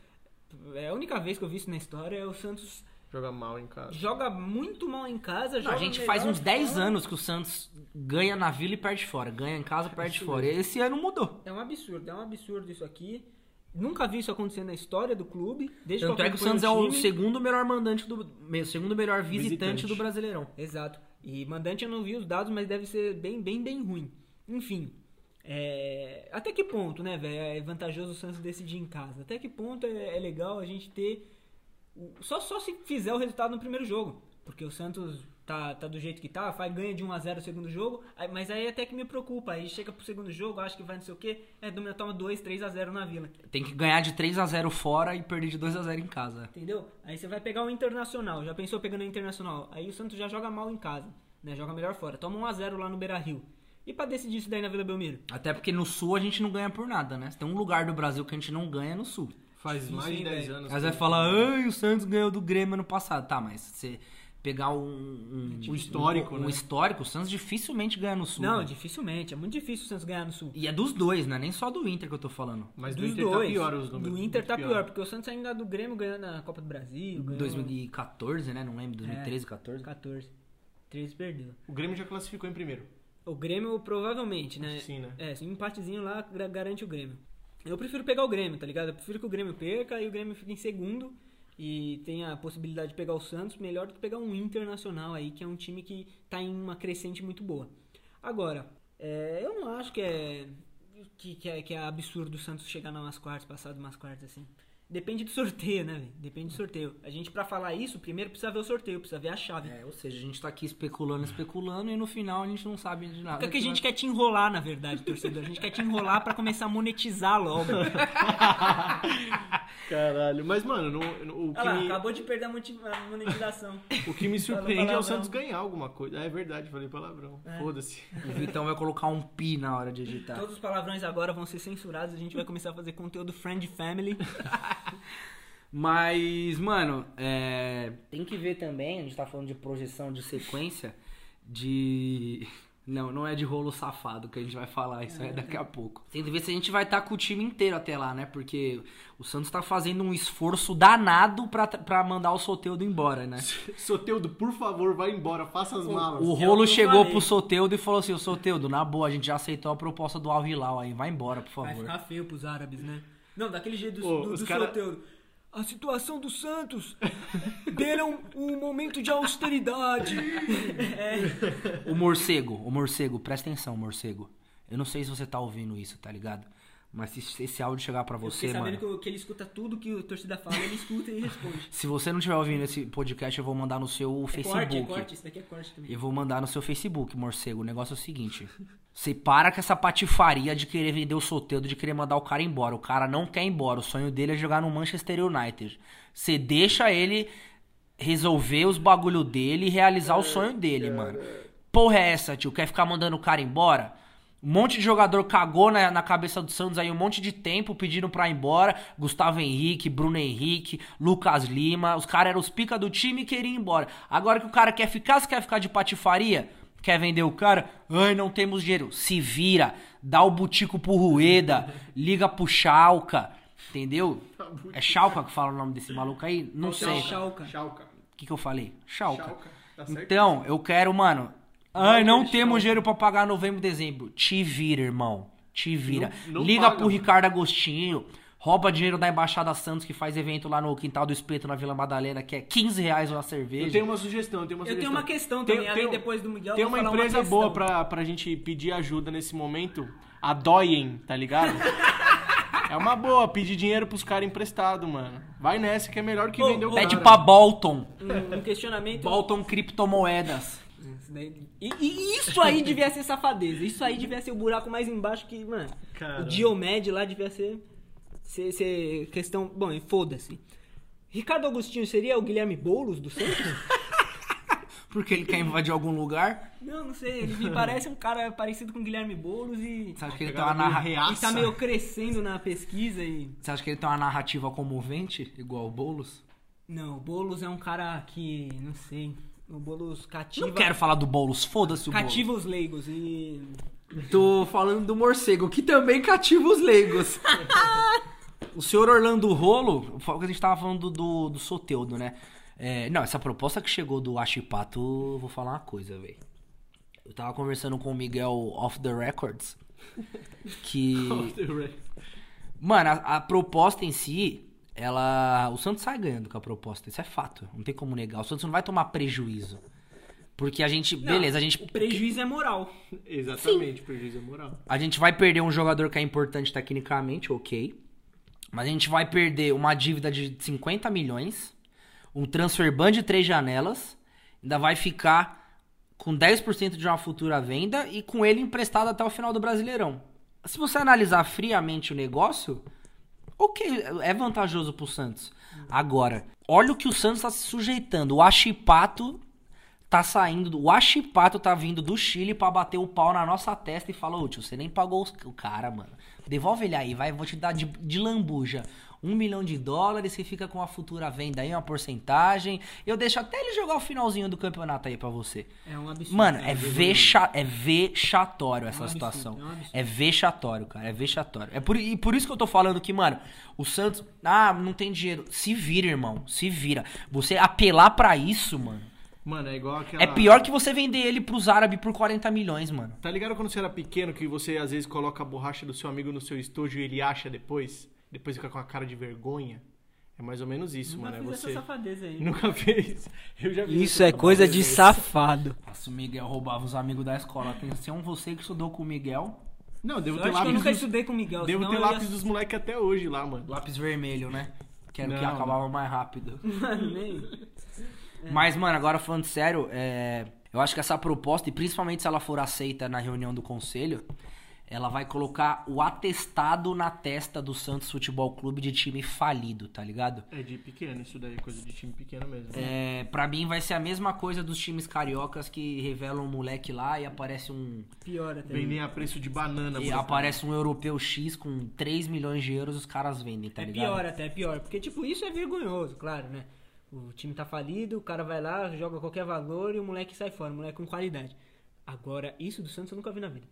S2: é a única vez que eu vi isso na história, é o Santos
S3: Joga mal em casa.
S2: joga muito mal em casa.
S1: Não,
S2: joga
S1: a gente
S2: melhor
S1: faz uns
S2: fora.
S1: 10 anos que o Santos ganha na vila e perde fora. Ganha em casa, perde fora. Esse ano mudou.
S2: É um absurdo, é um absurdo isso aqui. Nunca vi isso acontecer na história do clube. Desde
S1: Tanto
S2: eu
S1: é que o
S2: acompanho
S1: Santos é o
S2: um time.
S1: segundo melhor mandante do. me- segundo melhor visitante,
S3: Visitante.
S1: do Brasileirão.
S2: Exato. E mandante eu não vi os dados, mas deve ser bem, bem, bem ruim. Enfim, É, até que ponto, né, velho? É vantajoso o Santos decidir em casa. Até que ponto é, é legal a gente ter. o- Só, só se fizer o resultado no primeiro jogo. Porque o Santos tá, tá do jeito que tá, faz, ganha de 1x0 o segundo jogo, aí- mas aí até que me preocupa. Aí chega pro segundo jogo, acha que vai não sei o quê, é, domina, toma 2, 3x0 na vila.
S1: Tem que ganhar de 3 a 0 fora e perder de 2 a 0 em casa.
S2: Entendeu? Aí você vai pegar o Internacional. Já pensou pegando o Internacional? Aí o Santos já joga mal em casa, né? Joga melhor fora. Toma 1x0 lá no Beira Rio. E pra decidir isso daí na Vila Belmiro?
S1: Até porque no Sul a gente não ganha por nada, né? Se tem um lugar do Brasil que a gente não ganha é no Sul.
S3: Faz
S2: Sim,
S3: mais de
S2: sim,
S3: 10
S2: velho.
S3: anos.
S1: Aí
S3: que-
S1: vai falar, ai, o Santos ganhou do Grêmio ano passado. Tá, mas se você pegar um, um,
S3: O histórico,
S1: um,
S3: né?
S1: um histórico, o Santos dificilmente ganha no Sul.
S2: Não,
S1: né?
S2: dificilmente. É muito difícil o Santos ganhar no Sul.
S1: E é dos dois, né? Nem só do Inter que eu tô falando.
S3: Mas do
S2: Dos
S3: Inter tá
S2: dois.
S3: pior os números.
S2: Do Inter
S3: muito
S2: tá pior. porque o Santos ainda do Grêmio ganhou na Copa do Brasil. Ganhou...
S1: 2014, né? Não lembro, 2013, 14.
S2: 14. 13 perdeu.
S3: O Grêmio já classificou em primeiro.
S2: O Grêmio provavelmente, né?
S3: Sim, né?
S2: É, se um empatezinho lá gra- garante o Grêmio. Eu prefiro pegar o Grêmio, tá ligado? Eu prefiro que o Grêmio perca e o Grêmio fique em segundo e tenha a possibilidade de pegar o Santos, melhor do que pegar um Internacional aí, que é um time que tá em uma crescente muito boa. Agora, é, eu não acho que é, que, que é que é absurdo o Santos chegar nas quartas, passar de umas quartas assim. Depende do sorteio, né, velho? Depende do sorteio. A gente, pra falar isso, primeiro precisa ver o sorteio, precisa ver a chave.
S1: É, ou seja, a gente tá aqui especulando, especulando e no final a gente não sabe de nada.
S2: É que a gente quer te enrolar, na verdade, torcedor. A gente quer te enrolar pra começar a monetizar logo. Olha
S3: Caralho. Mas, mano, não- não- o, que
S2: lá,
S3: me,
S2: acabou de perder a monti- a monetização.
S3: o que me surpreende é
S2: palavrão. É.
S3: o Santos ganhar alguma coisa. Ah, É verdade, falei palavrão. Foda-se.
S1: O Vitão vai colocar um pi na hora de editar.
S2: Todos os palavrões agora vão ser censurados. A gente vai começar a fazer conteúdo friend family.
S1: Mas, mano, é, tem que ver também, a gente tá falando de projeção de sequência, de. Não, não é de rolo safado que a gente vai falar, isso é daqui a pouco. Tem que ver se a gente vai estar com o time inteiro até lá, né? Porque o Santos tá fazendo um esforço danado pra, pra mandar o Soteudo embora, né?
S3: Soteudo, por favor, vai embora, faça as malas.
S1: O
S2: que eu
S1: Rolo chegou
S2: falei.
S1: pro Soteudo e falou assim: "Ô, Soteudo, na boa, a gente já aceitou a proposta do Al Hilal aí, vai embora, por
S2: Vai
S1: favor.
S2: ficar feio pros árabes, né? Não, daquele jeito do,
S3: Ô,
S2: do,
S3: os
S2: do
S3: cara-
S2: sorteio. A situação do Santos deram um momento de austeridade. É.
S1: O morcego, o morcego, presta atenção, morcego. Eu não sei se você tá ouvindo isso, tá ligado? Mas se esse áudio chegar pra
S2: Eu
S1: você,
S2: fiquei sabendo
S1: mano.
S2: que, eu- que ele escuta tudo que o torcida fala, ele escuta e responde.
S1: Se você não estiver ouvindo esse podcast, eu vou mandar no seu Facebook.
S2: Corte, é corte. Isso daqui é corte também.
S1: Eu vou mandar no seu Facebook, morcego. O negócio é o seguinte. Você para com essa patifaria de querer vender o solteiro, de querer mandar o cara embora. O cara não quer ir embora. O sonho dele é jogar no Manchester United. Você deixa ele resolver os bagulho dele e realizar o sonho dele, mano. Porra é essa, tio? Quer ficar mandando o cara embora? Um monte de jogador cagou na, na cabeça do Santos aí um monte de tempo pedindo pra ir embora. Gustavo Henrique, Bruno Henrique, Lucas Lima. Os caras eram os pica do time e queriam ir embora. Agora que o cara quer ficar, se quer ficar de patifaria, quer vender o cara, ai, não temos dinheiro. Se vira, dá o butico pro Rueda, liga pro Chalca, entendeu? É Chalca que fala o nome desse maluco aí? Não
S2: é
S1: sei. O
S2: Chalca.
S3: Chalca.
S1: que, que eu falei? Chalca.
S3: Chalca. Tá certo?
S1: Então, eu quero, mano. Ai,
S3: Não,
S1: não
S3: deixa
S1: temos dinheiro pra pagar novembro, dezembro. Te vira, irmão. Te vira.
S3: Não- não
S1: Liga
S3: paga,
S1: pro
S3: mano.
S1: Ricardo Agostinho. Rouba dinheiro da Embaixada Santos, que faz evento lá no quintal do espeto na Vila Madalena, que é 15 reais uma cerveja.
S3: Eu tenho uma sugestão, eu tenho uma
S2: Eu
S3: sugestão.
S2: tenho uma questão
S3: Tem-
S2: também, além
S3: tem-
S2: depois do Miguel,
S3: Tem
S2: eu vou
S3: uma
S2: falar uma
S3: empresa
S2: questão.
S3: boa pra, pra gente pedir ajuda nesse momento, a Doyen, tá ligado? é uma boa, pedir dinheiro pros caras emprestado, mano. Vai nessa que é melhor que
S2: Ô,
S3: vender o
S2: ô, Tá
S3: cara.
S1: Pede pra Bolton.
S2: Um, um questionamento.
S1: Bolton criptomoedas.
S2: Isso daí- E, e isso aí devia ser safadeza. Isso aí devia ser o buraco mais embaixo que, mano.
S3: Cara.
S2: O Diomed lá devia ser. ser, ser questão. Bom, e foda-se. Ricardo Agostinho seria o Guilherme Boulos do Santos?
S1: Porque ele quer invadir algum lugar.
S2: não, não sei. Ele me parece um cara parecido com o Guilherme Boulos e.
S1: Você acha que ele é tem
S3: Pegar
S1: uma
S3: uma
S1: narra-
S3: reaça.
S2: E tá meio crescendo na pesquisa e.
S1: Você acha que ele tem uma narrativa comovente, igual o Boulos?
S2: Não, o Boulos é um cara que. não sei. O Boulos cativa.
S1: Não quero falar do Boulos, foda-se o Boulos.
S2: Cativa os leigos e.
S1: Tô falando do morcego, que também cativa os leigos. o senhor Orlando Rolo, o que a gente tava falando do, do, do Soteudo, né? É, não, essa proposta que chegou do Achipato, vou falar uma coisa, velho. Eu tava conversando com o Miguel off the records, que... Mano, a, a proposta em si, ela. O Santos sai ganhando com a proposta, isso é fato. Não tem como negar. O Santos não vai tomar prejuízo. Porque a gente,
S2: Não,
S1: beleza, a gente
S2: O prejuízo é moral.
S4: Exatamente, prejuízo é moral.
S1: A gente vai perder um jogador que é importante tecnicamente, ok. Mas a gente vai perder uma dívida de 50 milhões, um transfer ban de três janelas, ainda vai ficar com 10% de uma futura venda e com ele emprestado até o final do Brasileirão. Se você analisar friamente o negócio, ok, é vantajoso pro Santos. Agora, olha o que o Santos tá se sujeitando. O Achipato tá saindo, do- o Achipato tá vindo do Chile pra bater o pau na nossa testa e fala, ô tio, você nem pagou os- o cara, mano. Devolve ele aí, vai, vou te dar de, de lambuja. Um milhão de dólares, você fica com a futura venda aí, uma porcentagem. Eu deixo até ele jogar o finalzinho do campeonato aí pra você.
S2: É um absurdo.
S1: Mano,
S2: cara.
S1: é, vexa, é vexatório essa
S2: É um absurdo,
S1: situação.
S2: é um absurdo.
S1: É vexatório, cara. É vexatório. É por, e por isso que eu tô falando que, mano, o Santos. Ah, não tem dinheiro. Se vira, irmão. Se vira. Você apelar pra isso, mano.
S4: Mano, é igual aquela.
S1: É pior que você vender ele pros árabes por 40 milhões, mano.
S4: Tá ligado quando você era pequeno que você às vezes coloca a borracha do seu amigo no seu estojo e ele acha depois? Depois fica com a cara de vergonha? É mais ou menos isso,
S2: Nunca
S4: mano. É
S2: fiz essa
S4: você.
S2: safadeza aí.
S4: Nunca fez. Eu já vi
S2: Isso é coisa de safado.
S1: Nossa, o Miguel roubava os amigos da escola. Atenção, você que estudou com o Miguel.
S4: Não, devo
S2: Eu
S4: ter
S2: acho que eu
S4: lápis.
S2: nunca
S4: Dos...
S2: estudei com o Miguel.
S4: Devo
S2: senão
S4: ter
S2: eu ia-
S4: lápis dos moleques até hoje lá, mano.
S1: Lápis vermelho, né? Que era o que
S4: Não,
S1: acabava mais rápido.
S2: Mano, nem-
S1: Hum. Mas, mano, agora falando sério, é, eu acho que essa proposta, e principalmente se ela for aceita na reunião do conselho, ela vai colocar o atestado na testa do Santos Futebol Clube de time falido, tá ligado?
S4: É de pequeno, isso daí é coisa de time pequeno mesmo.
S1: É, pra mim vai ser a mesma coisa dos times cariocas que revelam um moleque lá e aparece um
S2: Pior até.
S4: Vendem a preço de banana,
S1: e
S4: mano.
S1: aparece um europeu X com 3 milhões de euros, os caras vendem, tá
S2: é
S1: ligado?
S2: pior até, é pior. Porque, tipo, isso é vergonhoso, claro, né? O time tá falido, o cara vai lá, joga qualquer valor e o moleque sai fora, o moleque com qualidade. Agora, isso do Santos eu nunca vi na vida.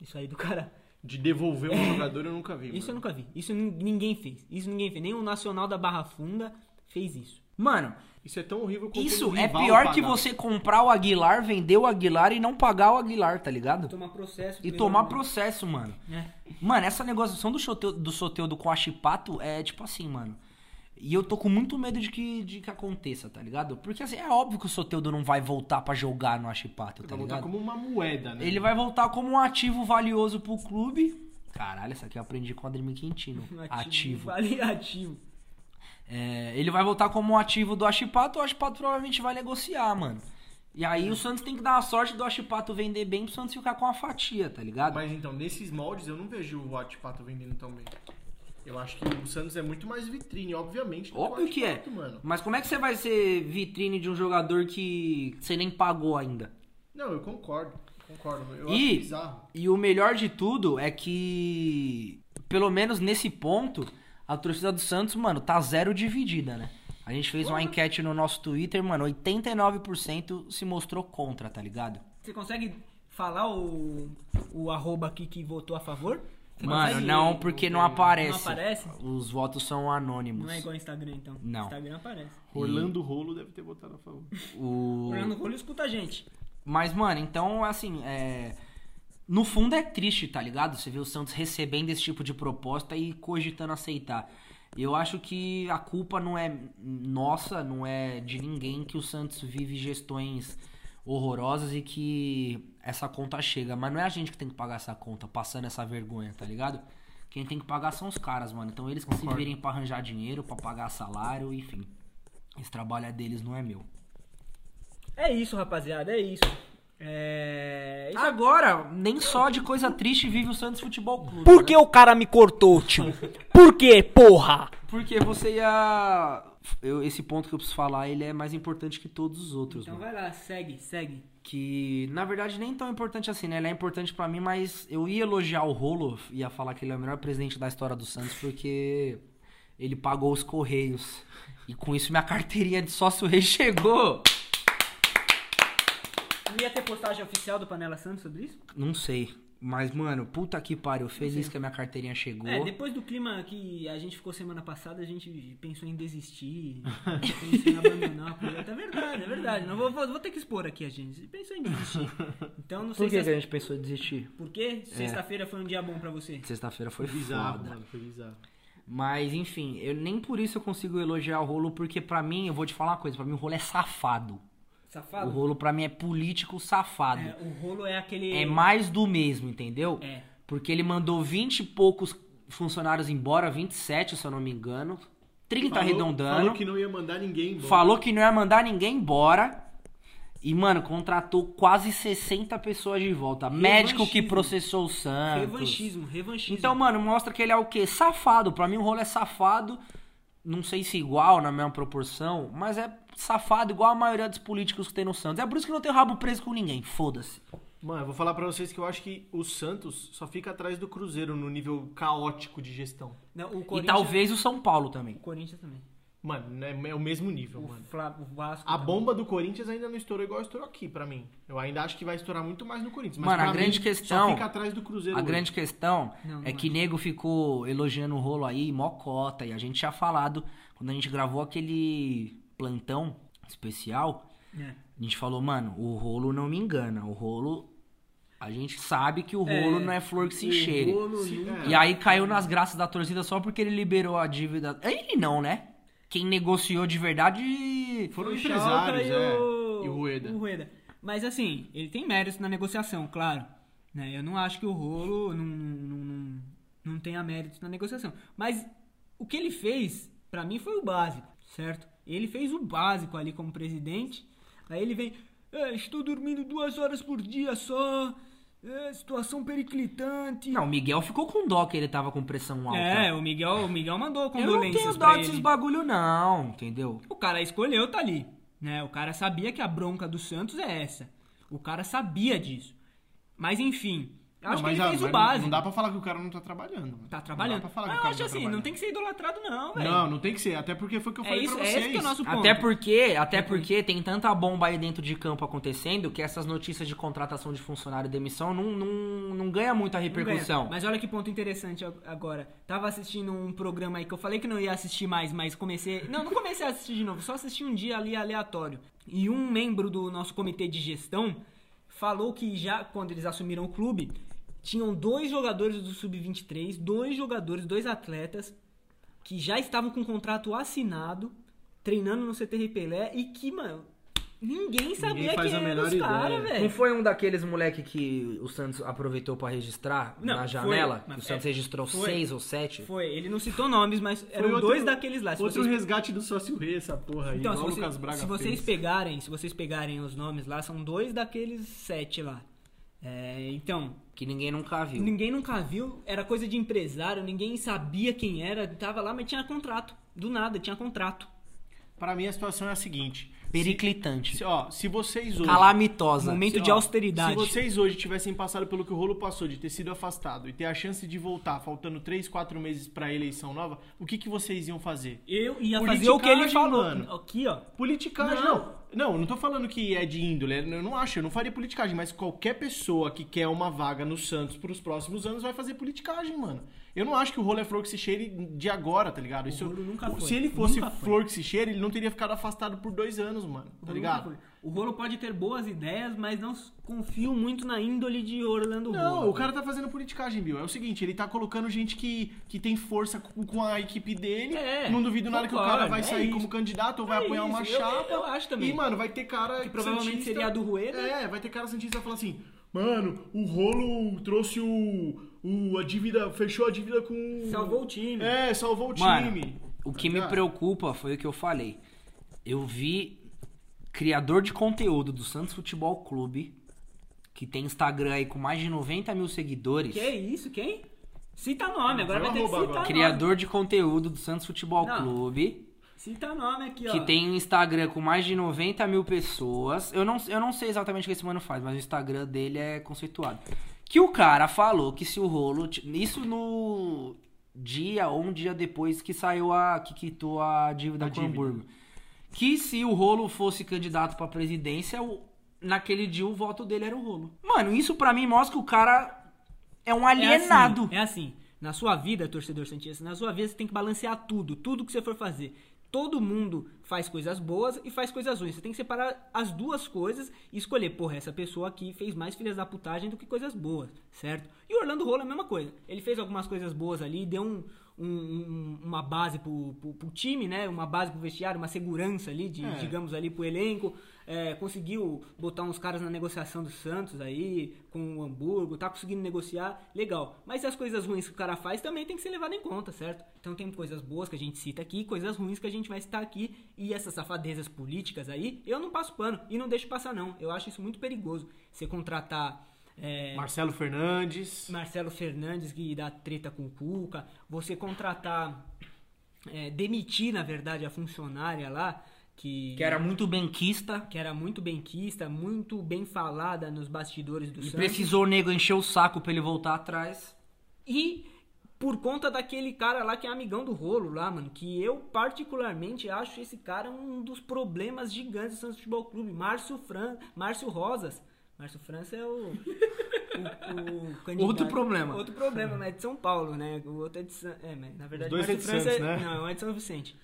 S2: Isso aí do cara.
S4: De devolver
S1: É.
S4: um jogador eu nunca vi.
S2: Isso
S4: mano.
S2: eu nunca vi. Isso nin- ninguém fez. Isso ninguém fez. Nem o Nacional da Barra Funda fez isso.
S1: Mano,
S4: Isso é tão horrível quanto um
S1: isso é
S4: rival
S1: pior
S4: pagar.
S1: que você comprar o Aguilar, vender o Aguilar e não pagar o Aguilar, tá ligado?
S2: Tomar processo.
S1: E tomar processo, mano.
S2: É,
S1: Mano, essa negociação do Soteudo, do Soteudo com o Achipato é tipo assim, mano. E eu tô com muito medo de que, de que aconteça, tá ligado? Porque assim, é óbvio que o Soteudo não vai voltar pra jogar no Achipato, tá
S4: Vai voltar
S1: ligado?
S4: como uma moeda, né?
S1: Ele vai voltar como um ativo valioso pro clube. Caralho, essa aqui eu aprendi com o Ademir Quintino. Ativo.
S2: Vale ativo.
S1: É, ele vai voltar como um ativo do Achipato, o Achipato provavelmente vai negociar, mano. E aí o Santos tem que dar a sorte do Achipato vender bem pro Santos ficar com a fatia, tá ligado?
S4: Mas então, nesses moldes eu não vejo o Atipato vendendo tão bem. Eu acho que o Santos é muito mais vitrine, obviamente. do que o
S1: Óbvio que é.
S4: Watchpato, Mano.
S1: Mas como é que você vai ser vitrine de um jogador que você nem pagou ainda?
S4: Não, eu concordo. Concordo. Eu
S1: E-
S4: acho bizarro.
S1: E o melhor de tudo é que, pelo menos nesse ponto, a torcida do Santos, mano, tá zero dividida, né? A gente fez uma enquete no nosso Twitter, mano, 89% se mostrou contra, tá ligado?
S2: Você consegue falar o, o arroba aqui que votou a favor? Você
S1: Mano,
S2: consegue?
S1: não, porque não aparece.
S2: Não aparece?
S1: Os votos são anônimos.
S2: Não é igual ao Instagram, então.
S1: Não.
S2: Instagram aparece.
S4: Orlando Rolo deve ter votado a favor.
S1: O...
S2: Fernando Rolho escuta a gente.
S1: Mas, mano, então, assim, é... no fundo é triste, tá ligado? Você vê o Santos recebendo esse tipo de proposta e cogitando aceitar. Eu acho que a culpa não é nossa, não é de ninguém que o Santos vive gestões horrorosas e que essa conta chega. Mas não é a gente que tem que pagar essa conta, passando essa vergonha, tá ligado? Quem tem que pagar são os caras, mano. Então eles que se virem pra arranjar dinheiro, pra pagar salário, enfim. Esse trabalho é deles, não é meu.
S2: É isso, rapaziada, é isso. É. isso
S1: Agora, nem só de coisa triste vive o Santos Futebol Clube.
S2: Por
S1: né?
S2: que o cara me cortou, tio? Por que, porra?
S1: Porque você ia. eu- esse ponto que eu preciso falar, ele é mais importante que todos os outros,
S2: Então
S1: mano.
S2: vai lá, segue, segue.
S1: Que, na verdade, nem tão importante assim, né? Ele é importante pra mim, mas eu ia elogiar o Rolo, ia falar que ele é o melhor presidente da história do Santos, porque ele pagou os Correios. E com isso minha carteirinha de sócio rei chegou.
S2: Não ia ter postagem oficial do Panela Santos sobre isso?
S1: Não sei. Mas, mano, puta que pariu. Feliz que a minha carteirinha chegou.
S2: É, depois do clima que a gente ficou semana passada, a gente pensou em desistir, pensou em abandonar o projeto. É verdade, é verdade. Não vou, vou, vou ter que expor aqui a gente. Pensou em desistir. Então não sei
S1: Por que, que
S2: se.
S1: a gente pensou em desistir?
S2: Por quê? Sexta-feira foi um dia bom pra você.
S1: Sexta-feira foi
S4: Bizarro,
S1: foda.
S4: mano. Foi bizarro.
S1: Mas, enfim, eu nem por isso eu consigo elogiar o rolo, porque pra mim, eu vou te falar uma coisa, pra mim o rolo é safado. O
S2: Safado?
S1: rolo pra mim é político safado.
S2: É, o rolo é aquele.
S1: É mais do mesmo, entendeu?
S2: É.
S1: Porque ele mandou 20 e poucos funcionários embora, 27, se eu não me engano.
S2: tá
S1: 30 arredondando.
S4: Falou que não ia mandar ninguém embora.
S1: Falou que não ia mandar ninguém embora. E, mano, contratou quase 60 pessoas de volta. Médico que
S2: Revanchismo.
S1: processou o Santos.
S2: Revanchismo, revanchismo.
S1: Então, mano, mostra que ele é o quê? Safado. Pra mim, o rolo é safado. Não sei se igual, na mesma proporção, mas é safado igual a maioria dos políticos que tem no Santos. É por isso que não tem rabo preso com ninguém. Foda-se.
S4: Mano, eu vou falar pra vocês que eu acho que o Santos só fica atrás do Cruzeiro no nível caótico de gestão.
S2: Não, o
S1: E
S2: Corinthians-
S1: talvez o São Paulo
S2: O
S1: também.
S2: Corinthians também.
S4: Mano, é, é o mesmo nível,
S2: O,
S4: mano.
S2: Fla... o Vasco.
S4: A
S2: também.
S4: bomba do Corinthians ainda não estourou igual estourou aqui, pra mim. Eu ainda acho que vai estourar muito mais no Corinthians. Mas
S1: Mano, a
S4: pra
S1: grande
S4: mim,
S1: questão-
S4: Só fica atrás do Cruzeiro.
S1: A
S4: hoje.
S1: grande questão
S2: Não,
S1: é que nego ficou elogiando o rolo aí, mó cota. E a gente tinha falado, quando a gente gravou aquele plantão especial,
S2: É.
S1: a gente falou, mano, o rolo não me engana. O rolo. A gente sabe que o rolo não é flor que se encheire.
S4: O rolo nunca-
S2: Ah.
S1: E aí caiu nas graças da torcida só porque ele liberou a dívida. Ele não, né? Quem negociou de verdade.
S4: Foram
S2: O
S4: empresários,
S2: Schalke
S4: é.
S2: o-
S4: E o Rueda.
S2: o Mas assim, ele tem méritos na negociação, claro. né? Eu não acho que o Rolo não, não, não, não tenha méritos na negociação. Mas o que ele fez, pra mim, foi o básico, certo? Ele fez o básico ali como presidente. Aí ele vem, "É, estou dormindo duas horas por dia só, é, situação periclitante.
S1: Não, o Miguel ficou com dó que ele tava com pressão alta.
S2: é, o Miguel, o Miguel mandou
S1: eu não
S2: condolências
S1: tenho
S2: pra
S1: dó desses
S2: ele.
S1: bagulho, não, entendeu?
S2: O cara escolheu tá ali, né? O cara sabia que a bronca do Santos é essa. O cara sabia disso. Mas enfim, eu
S4: Não,
S2: acho que
S4: mas
S2: ele
S4: a-
S2: fez o
S4: mas
S2: básico.
S4: Não dá pra falar que o cara não tá trabalhando. mano.
S2: Tá
S4: Não
S2: trabalhando.
S4: dá pra falar
S2: Mas
S4: que o
S2: eu
S4: cara
S2: acho assim, não tem que ser idolatrado não, velho.
S4: Não, não tem que ser. Até porque foi o que eu
S2: é
S4: falei
S2: isso,
S4: pra
S2: é
S4: vocês.
S2: esse que é o nosso ponto.
S1: Até porque, até porque tem tanta bomba aí dentro de campo acontecendo que essas notícias de contratação de funcionário e demissão não, não, não ganha muita
S2: Não ganha.
S1: repercussão.
S2: Mas olha que ponto interessante ag- agora. Tava assistindo um programa aí que eu falei que não ia assistir mais, mas comecei. Não, não comecei a assistir de novo, só assisti um dia ali aleatório. E um membro do nosso comitê de gestão falou que já quando eles assumiram o clube, tinham dois jogadores do sub-23, dois jogadores, dois atletas que já estavam com contrato assinado, treinando no CTR Pelé e que, mano, ninguém sabia
S4: faz
S2: quem
S4: a
S2: eram os
S4: menor
S2: caras,
S4: ideia.
S1: Não
S2: velho.
S1: foi um daqueles moleque que o Santos aproveitou pra registrar
S2: Não,
S1: na
S2: foi,
S1: janela? que
S2: mas
S1: o Santos
S2: é,
S1: registrou
S2: foi.
S1: seis ou sete?
S2: Foi, ele não citou nomes, mas eram
S4: outro-
S2: dois daqueles lá. Se
S4: Outro
S2: vocês
S4: resgate do sócio rei, essa porra aí.
S2: Então, se,
S4: igual o
S2: você-
S4: Lucas Braga
S2: se vocês
S4: fez.
S2: pegarem, se vocês pegarem os nomes lá, são dois daqueles sete lá. É, então,
S1: Que ninguém nunca viu.
S2: ninguém nunca viu, era coisa de empresário, ninguém sabia quem era, tava lá, mas tinha contrato. Do nada, tinha contrato.
S4: Pra mim a situação é a seguinte.
S1: Periclitante.
S4: Se, ó, se vocês hoje...
S1: Calamitosa.
S2: Momento
S4: Ó,
S2: de austeridade.
S4: Se vocês hoje tivessem passado pelo que o rolo passou, de ter sido afastado e ter a chance de voltar faltando 3, 4 meses pra eleição nova, o que, que vocês iam fazer?
S2: Eu ia
S4: Politicagem,
S2: fazer o que ele falou.
S4: mano.
S2: Aqui, ó.
S4: Politicagem.
S2: Não.
S4: Não. não, eu não tô falando que é de índole, eu não acho, eu não faria politicagem, mas qualquer pessoa que quer uma vaga no Santos pros próximos anos vai fazer politicagem, mano. Eu não acho que o rolo é flor que se cheire de agora, tá ligado? Isso,
S2: rolo nunca foi.
S4: Se ele fosse
S2: Nunca foi.
S4: flor que se cheire, ele não teria ficado afastado por dois anos, mano, tá ligado?
S2: O Rolo pode ter boas ideias, mas não confio muito na índole de Orlando Rolo. né?
S4: Não, o cara tá fazendo politicagem, Bill. É o seguinte, ele tá colocando gente que, que tem força com com a equipe dele.
S2: É,
S4: não duvido nada que o
S2: concordo,
S4: cara vai
S2: é
S4: sair
S2: isso.
S4: como candidato ou vai
S2: É
S4: apoiar uma
S2: isso, eu-
S4: chapa.
S2: eu acho também.
S4: E, mano, vai ter cara. Que
S2: provavelmente seria a do Rueda.
S4: É, vai ter cara Santista falar assim. Mano, o rolo trouxe o, o. a dívida. Fechou a dívida com.
S2: Salvou o time.
S4: É, salvou o
S1: Mano,
S4: time. tá
S1: o que me
S4: ligado?
S1: preocupa foi o que eu falei. Eu vi criador de conteúdo do Santos Futebol Clube, que tem Instagram aí com mais de 90 mil seguidores.
S2: Que isso? Quem? Cita nome, agora
S4: Vai
S2: vai ter que
S4: arroba
S2: citar
S4: agora.
S1: Criador de conteúdo do Santos Futebol
S2: Não.
S1: Clube.
S2: nome. Cita nome aqui, ó.
S1: Que tem um Instagram com mais de 90 mil pessoas. Eu não, eu não sei exatamente o que esse mano faz, mas o Instagram dele é conceituado. Que o cara falou que se o rolo. ti- Isso no dia ou um dia depois que saiu a. que quitou a dívida com o Hamburgo. Que se o rolo fosse candidato pra presidência, o- naquele dia o voto dele era o rolo. Mano, isso pra mim mostra que o cara é um alienado.
S2: É assim, é assim. Na sua vida, torcedor Santista, na sua vida você tem que balancear tudo, tudo que você for fazer. Todo mundo faz coisas boas e faz coisas ruins. Você tem que separar as duas coisas e escolher, porra, essa pessoa aqui fez mais filhas da putagem do que coisas boas, certo? E o Orlando Rolo é a mesma coisa. Ele fez algumas coisas boas ali, deu um, um- um- uma base pro, pro, pro time, né? Uma base pro vestiário, uma segurança ali, de,
S4: É.
S2: digamos ali, pro elenco. É, conseguiu botar uns caras na negociação do Santos aí, com o Hamburgo, tá conseguindo negociar, legal. Mas as coisas ruins que o cara faz também tem que ser levado em conta, certo? Então tem coisas boas que a gente cita aqui, coisas ruins que a gente vai citar aqui. E essas safadezas políticas aí, eu não passo pano e não deixo passar, não. Eu acho isso muito perigoso. Você contratar. é,
S4: Marcelo Fernandes.
S2: Marcelo Fernandes que dá treta com o Cuca, você contratar, é, demitir na verdade a funcionária lá que,
S1: Que era muito benquista.
S2: que era muito benquista, muito bem falada nos bastidores do
S1: E
S2: Santos
S1: precisou o nego encher o saco pra ele voltar atrás.
S2: e por conta daquele cara lá que é amigão do rolo lá, mano, que eu particularmente acho esse cara um dos problemas gigantes do Santos Futebol Clube, Márcio Fran, Márcio Rosas. Márcio França é o, o, o candidato.
S1: Outro problema.
S2: Outro problema, mas é de São Paulo, né? O outro é de San... É, mas na verdade
S4: dois
S2: Márcio
S4: é de
S2: França
S4: Santos,
S2: é...
S4: né?
S2: Não, é de São Vicente.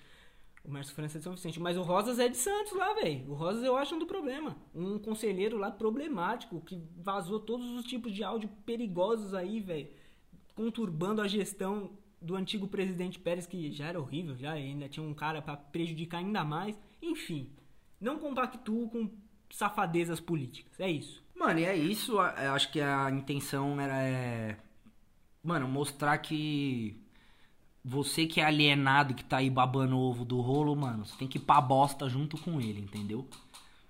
S2: O Márcio França é de São Vicente. Mas o Rosas é de Santos lá, velho. O Rosas eu acho um do problema. Um conselheiro lá problemático que vazou todos os tipos de áudio perigosos aí, velho. Conturbando a gestão do antigo presidente Pérez, que já era horrível, já ainda tinha um cara pra prejudicar ainda mais. Enfim, não compactuo com safadezas políticas. É isso.
S1: Mano, e é isso. a- eu Acho que a intenção era. é, Mano, mostrar que. Você que é alienado, que tá aí babando o ovo do rolo, mano, você tem que ir pra bosta junto com ele, entendeu?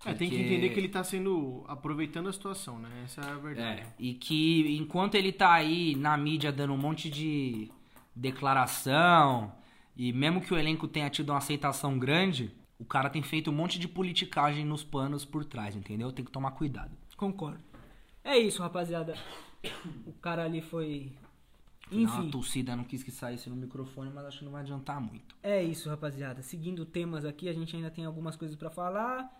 S4: É, tem que
S1: Porque-
S4: entender que ele tá sendo. aproveitando a situação, né? Essa é a verdade.
S1: É, e que enquanto ele tá aí na mídia dando um monte de declaração, e mesmo que o elenco tenha tido uma aceitação grande, o cara tem feito um monte de politicagem nos panos por trás, entendeu? Tem que tomar cuidado.
S2: Concordo. É isso, rapaziada. O cara ali foi.
S1: Enfim. Uma
S2: Enfim.
S1: torcida não quis que saísse no microfone, mas acho que não vai adiantar muito.
S2: É isso, rapaziada. Seguindo temas aqui, a gente ainda tem algumas coisas pra falar.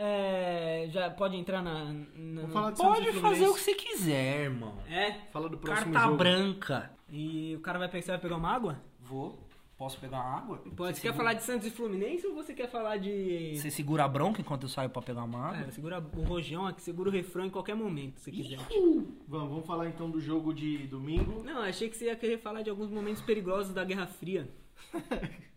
S2: É, já pode entrar na. na-
S4: Vamos falar de Santos
S1: Pode
S4: e
S1: fazer o que
S4: Fluminense.
S1: você quiser, irmão.
S2: É.
S4: Fala do próximo
S1: Carta
S4: jogo.
S1: branca.
S2: E o cara vai pensar, vai pegar uma água?
S1: Vou. Posso pegar uma água?
S2: Pode. Você
S1: Você
S2: quer falar de Santos e Fluminense ou você quer falar de.
S1: Você segura a bronca enquanto eu saio pra pegar uma água?
S2: Cara, é, segura o rojão aqui, segura o refrão em qualquer momento, se quiser.
S4: Vamos, vamos falar então do jogo de domingo.
S2: Não, achei que você ia querer falar de alguns momentos perigosos da Guerra Fria.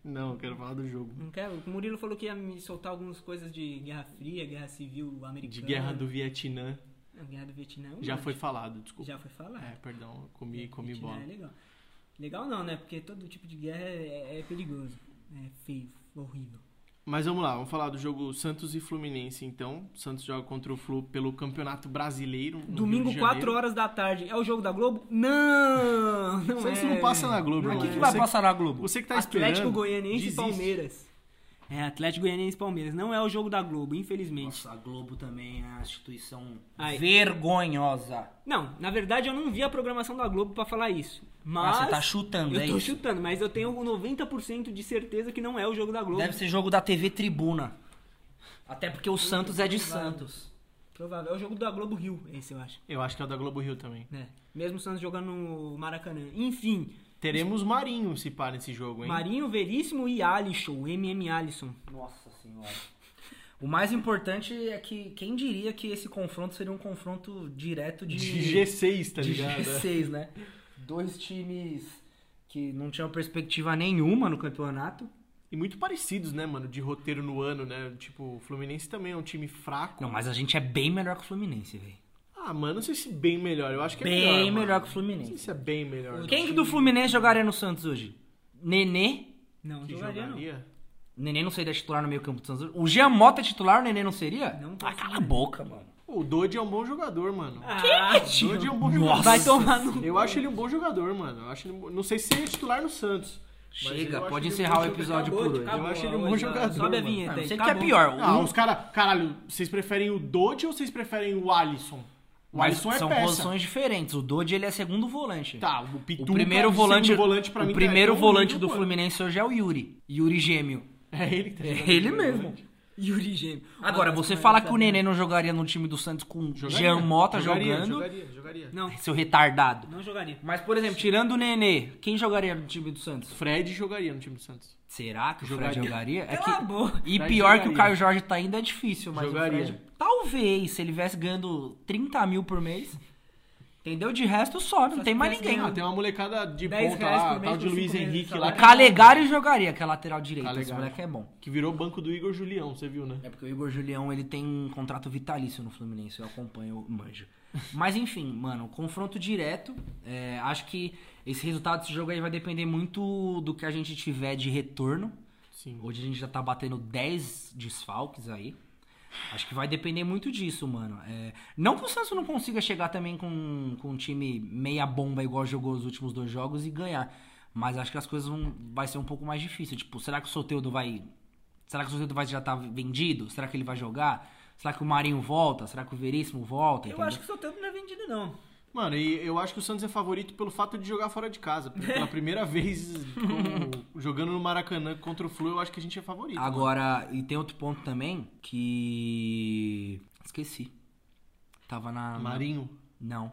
S4: Não, eu quero falar do jogo.
S2: Não quero? O Murilo falou que ia me soltar algumas coisas de Guerra Fria, Guerra Civil Americana.
S4: De guerra do Vietnã.
S2: Não, Guerra do Vietnã. não,
S4: Já
S2: mas-
S4: foi falado, desculpa.
S2: Já foi falado.
S4: É, perdão, eu comi, comi
S2: Vietnã
S4: bola.
S2: É legal. Legal não, né? Porque todo tipo de guerra é, é perigoso. É feio, horrível.
S4: Mas vamos lá, vamos falar do jogo Santos e Fluminense, então. Santos joga contra o Flu pelo Campeonato Brasileiro. no Rio
S2: Domingo,
S4: de
S2: 4
S4: Janeiro.
S2: horas da tarde. É o jogo da Globo? Não! Não
S4: Santos
S2: é,
S4: não passa na Globo,
S2: Não
S1: O
S4: aqui.
S1: que,
S2: é.
S1: que vai
S4: Você-
S1: passar na Globo?
S4: Você que tá
S2: Atlético
S4: esperando.
S2: Goianiense e
S4: desiste.
S2: Palmeiras. É, Atlético Goianiense e Palmeiras. Não é o jogo da Globo, infelizmente.
S1: Nossa, a Globo também é uma instituição
S2: Ai.
S1: vergonhosa.
S2: Não, na verdade eu não vi a programação da Globo pra falar isso. Mas.
S1: Ah, você tá chutando,
S2: Eu
S1: é
S2: tô
S1: isso?
S2: chutando, mas eu tenho 90% de certeza que não é o jogo da Globo.
S1: Deve ser jogo da TV Tribuna. Até porque o Santos é de Santos.
S2: Provável. É o jogo da Globo Rio, esse eu acho.
S4: Eu acho que é o da Globo Rio também.
S2: né? Mesmo o Santos jogando no Maracanã. Enfim,
S4: Teremos Marinho, se pá, nesse jogo, hein?
S2: Marinho Veríssimo e Alisson, MM Alisson.
S1: Nossa senhora. O mais importante é que quem diria que esse confronto seria um confronto direto de,
S4: De G6, tá
S1: de
S4: ligado?
S1: G6, né? Dois times que não tinham perspectiva nenhuma no campeonato.
S4: E muito parecidos, né, mano, de roteiro no ano, né? Tipo, o Fluminense também é um time fraco.
S1: Não, mas a gente é bem melhor que o Fluminense, velho.
S4: Ah, mano, não sei se bem melhor. Eu acho que é melhor.
S1: Bem
S4: mano.
S1: melhor que o
S4: Não sei
S1: Fluminense.
S4: se é bem melhor.
S1: Quem que do Fluminense jogaria no Santos hoje? Nenê?
S2: Não,
S4: que
S2: jogaria não.
S4: jogaria?
S1: Neném não seria titular no meio campo do Santos? O Jean Mota é titular, o Neném não seria?
S2: Não
S1: ah, cala a boca, mano.
S4: O Dodge é um bom jogador, mano.
S2: Ah,
S4: O Dodge é um bom jogador.
S1: Nossa.
S2: vai tomar no...
S4: Eu acho ele um bom jogador, mano. Eu acho ele um bom- Não sei se ele é titular no Santos. mas
S1: Chega,
S4: eu acho
S1: pode
S4: ele um
S1: encerrar
S4: bom
S1: o episódio
S4: jogador.
S1: por
S2: Acabou,
S1: hoje.
S2: acabou,
S4: Eu acho ele um
S2: hoje,
S4: bom
S2: ó.
S4: jogador,
S2: Sobe a
S4: mano.
S1: Ah,
S2: vinheta
S1: não
S2: aí.
S1: sei o que é
S2: acabou.
S1: pior.
S4: Ah,
S1: Um-
S4: os caras. Caralho, vocês preferem o Dodge ou vocês preferem o Alisson? O
S1: mas
S4: Alisson é
S1: são
S4: peça.
S1: posições diferentes. O Dodge ele é segundo volante.
S4: Tá, o Pitu.
S1: O primeiro volante,
S4: volante pra
S1: o
S4: mim tá-
S1: primeiro
S4: é um
S1: volante
S4: lindo
S1: do
S4: volante.
S1: Fluminense hoje é o Yuri. Yuri Gêmeo.
S4: É ele que tá
S1: É
S4: jogando
S1: ele
S4: de
S1: mesmo.
S4: volante.
S2: Yuri Gêmeo.
S1: Agora,
S2: Uma das
S1: você
S2: maiores
S1: fala que o
S2: zagueiras.
S1: Nenê não jogaria no time do Santos com o
S4: Jogaria,
S1: Jean Mota
S4: jogaria,
S1: jogando,
S4: Jogaria, jogaria.
S2: Não,
S1: seu retardado.
S2: não jogaria.
S1: Mas, por exemplo, tirando o Nenê, quem jogaria no time do Santos?
S4: Fred jogaria no time do Santos.
S1: Será que o Fred
S4: Jogaria.
S1: jogaria? É
S2: Cala a
S1: que-
S2: boca.
S1: E
S4: Fred
S1: pior que o
S4: jogaria.
S1: Caio Jorge tá ainda é difícil, mas
S4: Jogaria.
S1: o Fred. Talvez, se ele viesse ganhando 30 mil por mês. Entendeu? De resto sobe, não tem mais ninguém.
S4: Ah, tem uma molecada de
S2: 10
S4: ponta
S2: reais
S4: lá,
S2: por mês
S4: tal de
S2: por
S4: Luiz
S2: cinco meses de
S4: Henrique lá,
S2: salário.
S1: O Calegari jogaria, que é lateral direito. Esse
S4: Calegari.
S1: moleque é bom.
S4: que virou banco do Igor Julião, você viu, né?
S1: É porque o Igor Julião ele tem um contrato vitalício no Fluminense, eu acompanho, eu manjo. Mas enfim, mano, confronto direto. é, acho que esse resultado desse jogo aí vai depender muito do que a gente tiver de retorno.
S4: Sim.
S1: Hoje a gente já tá batendo 10 desfalques aí. Acho que vai depender muito disso, mano. É, não que o Santos não consiga chegar também com, com um time meia bomba igual jogou os últimos dois jogos e ganhar. Mas acho que as coisas vão vai ser um pouco mais difícil. Tipo, será que o Soteudo vai. Será que o Soteudo vai já tá vendido? Será que ele vai jogar? Será que o Marinho volta? Será que o Veríssimo volta?
S2: Eu
S1: Entendeu?
S2: acho que o Soteldo não é vendido, não.
S4: Mano, e eu acho que o Santos é favorito pelo fato de jogar fora de casa. porque Pela primeira vez como- jogando no Maracanã contra o Flu, eu acho que a gente é favorito.
S1: Ah, Agora, e tem outro ponto também que. Esqueci. Tava na. na-
S4: Marinho.
S1: Não.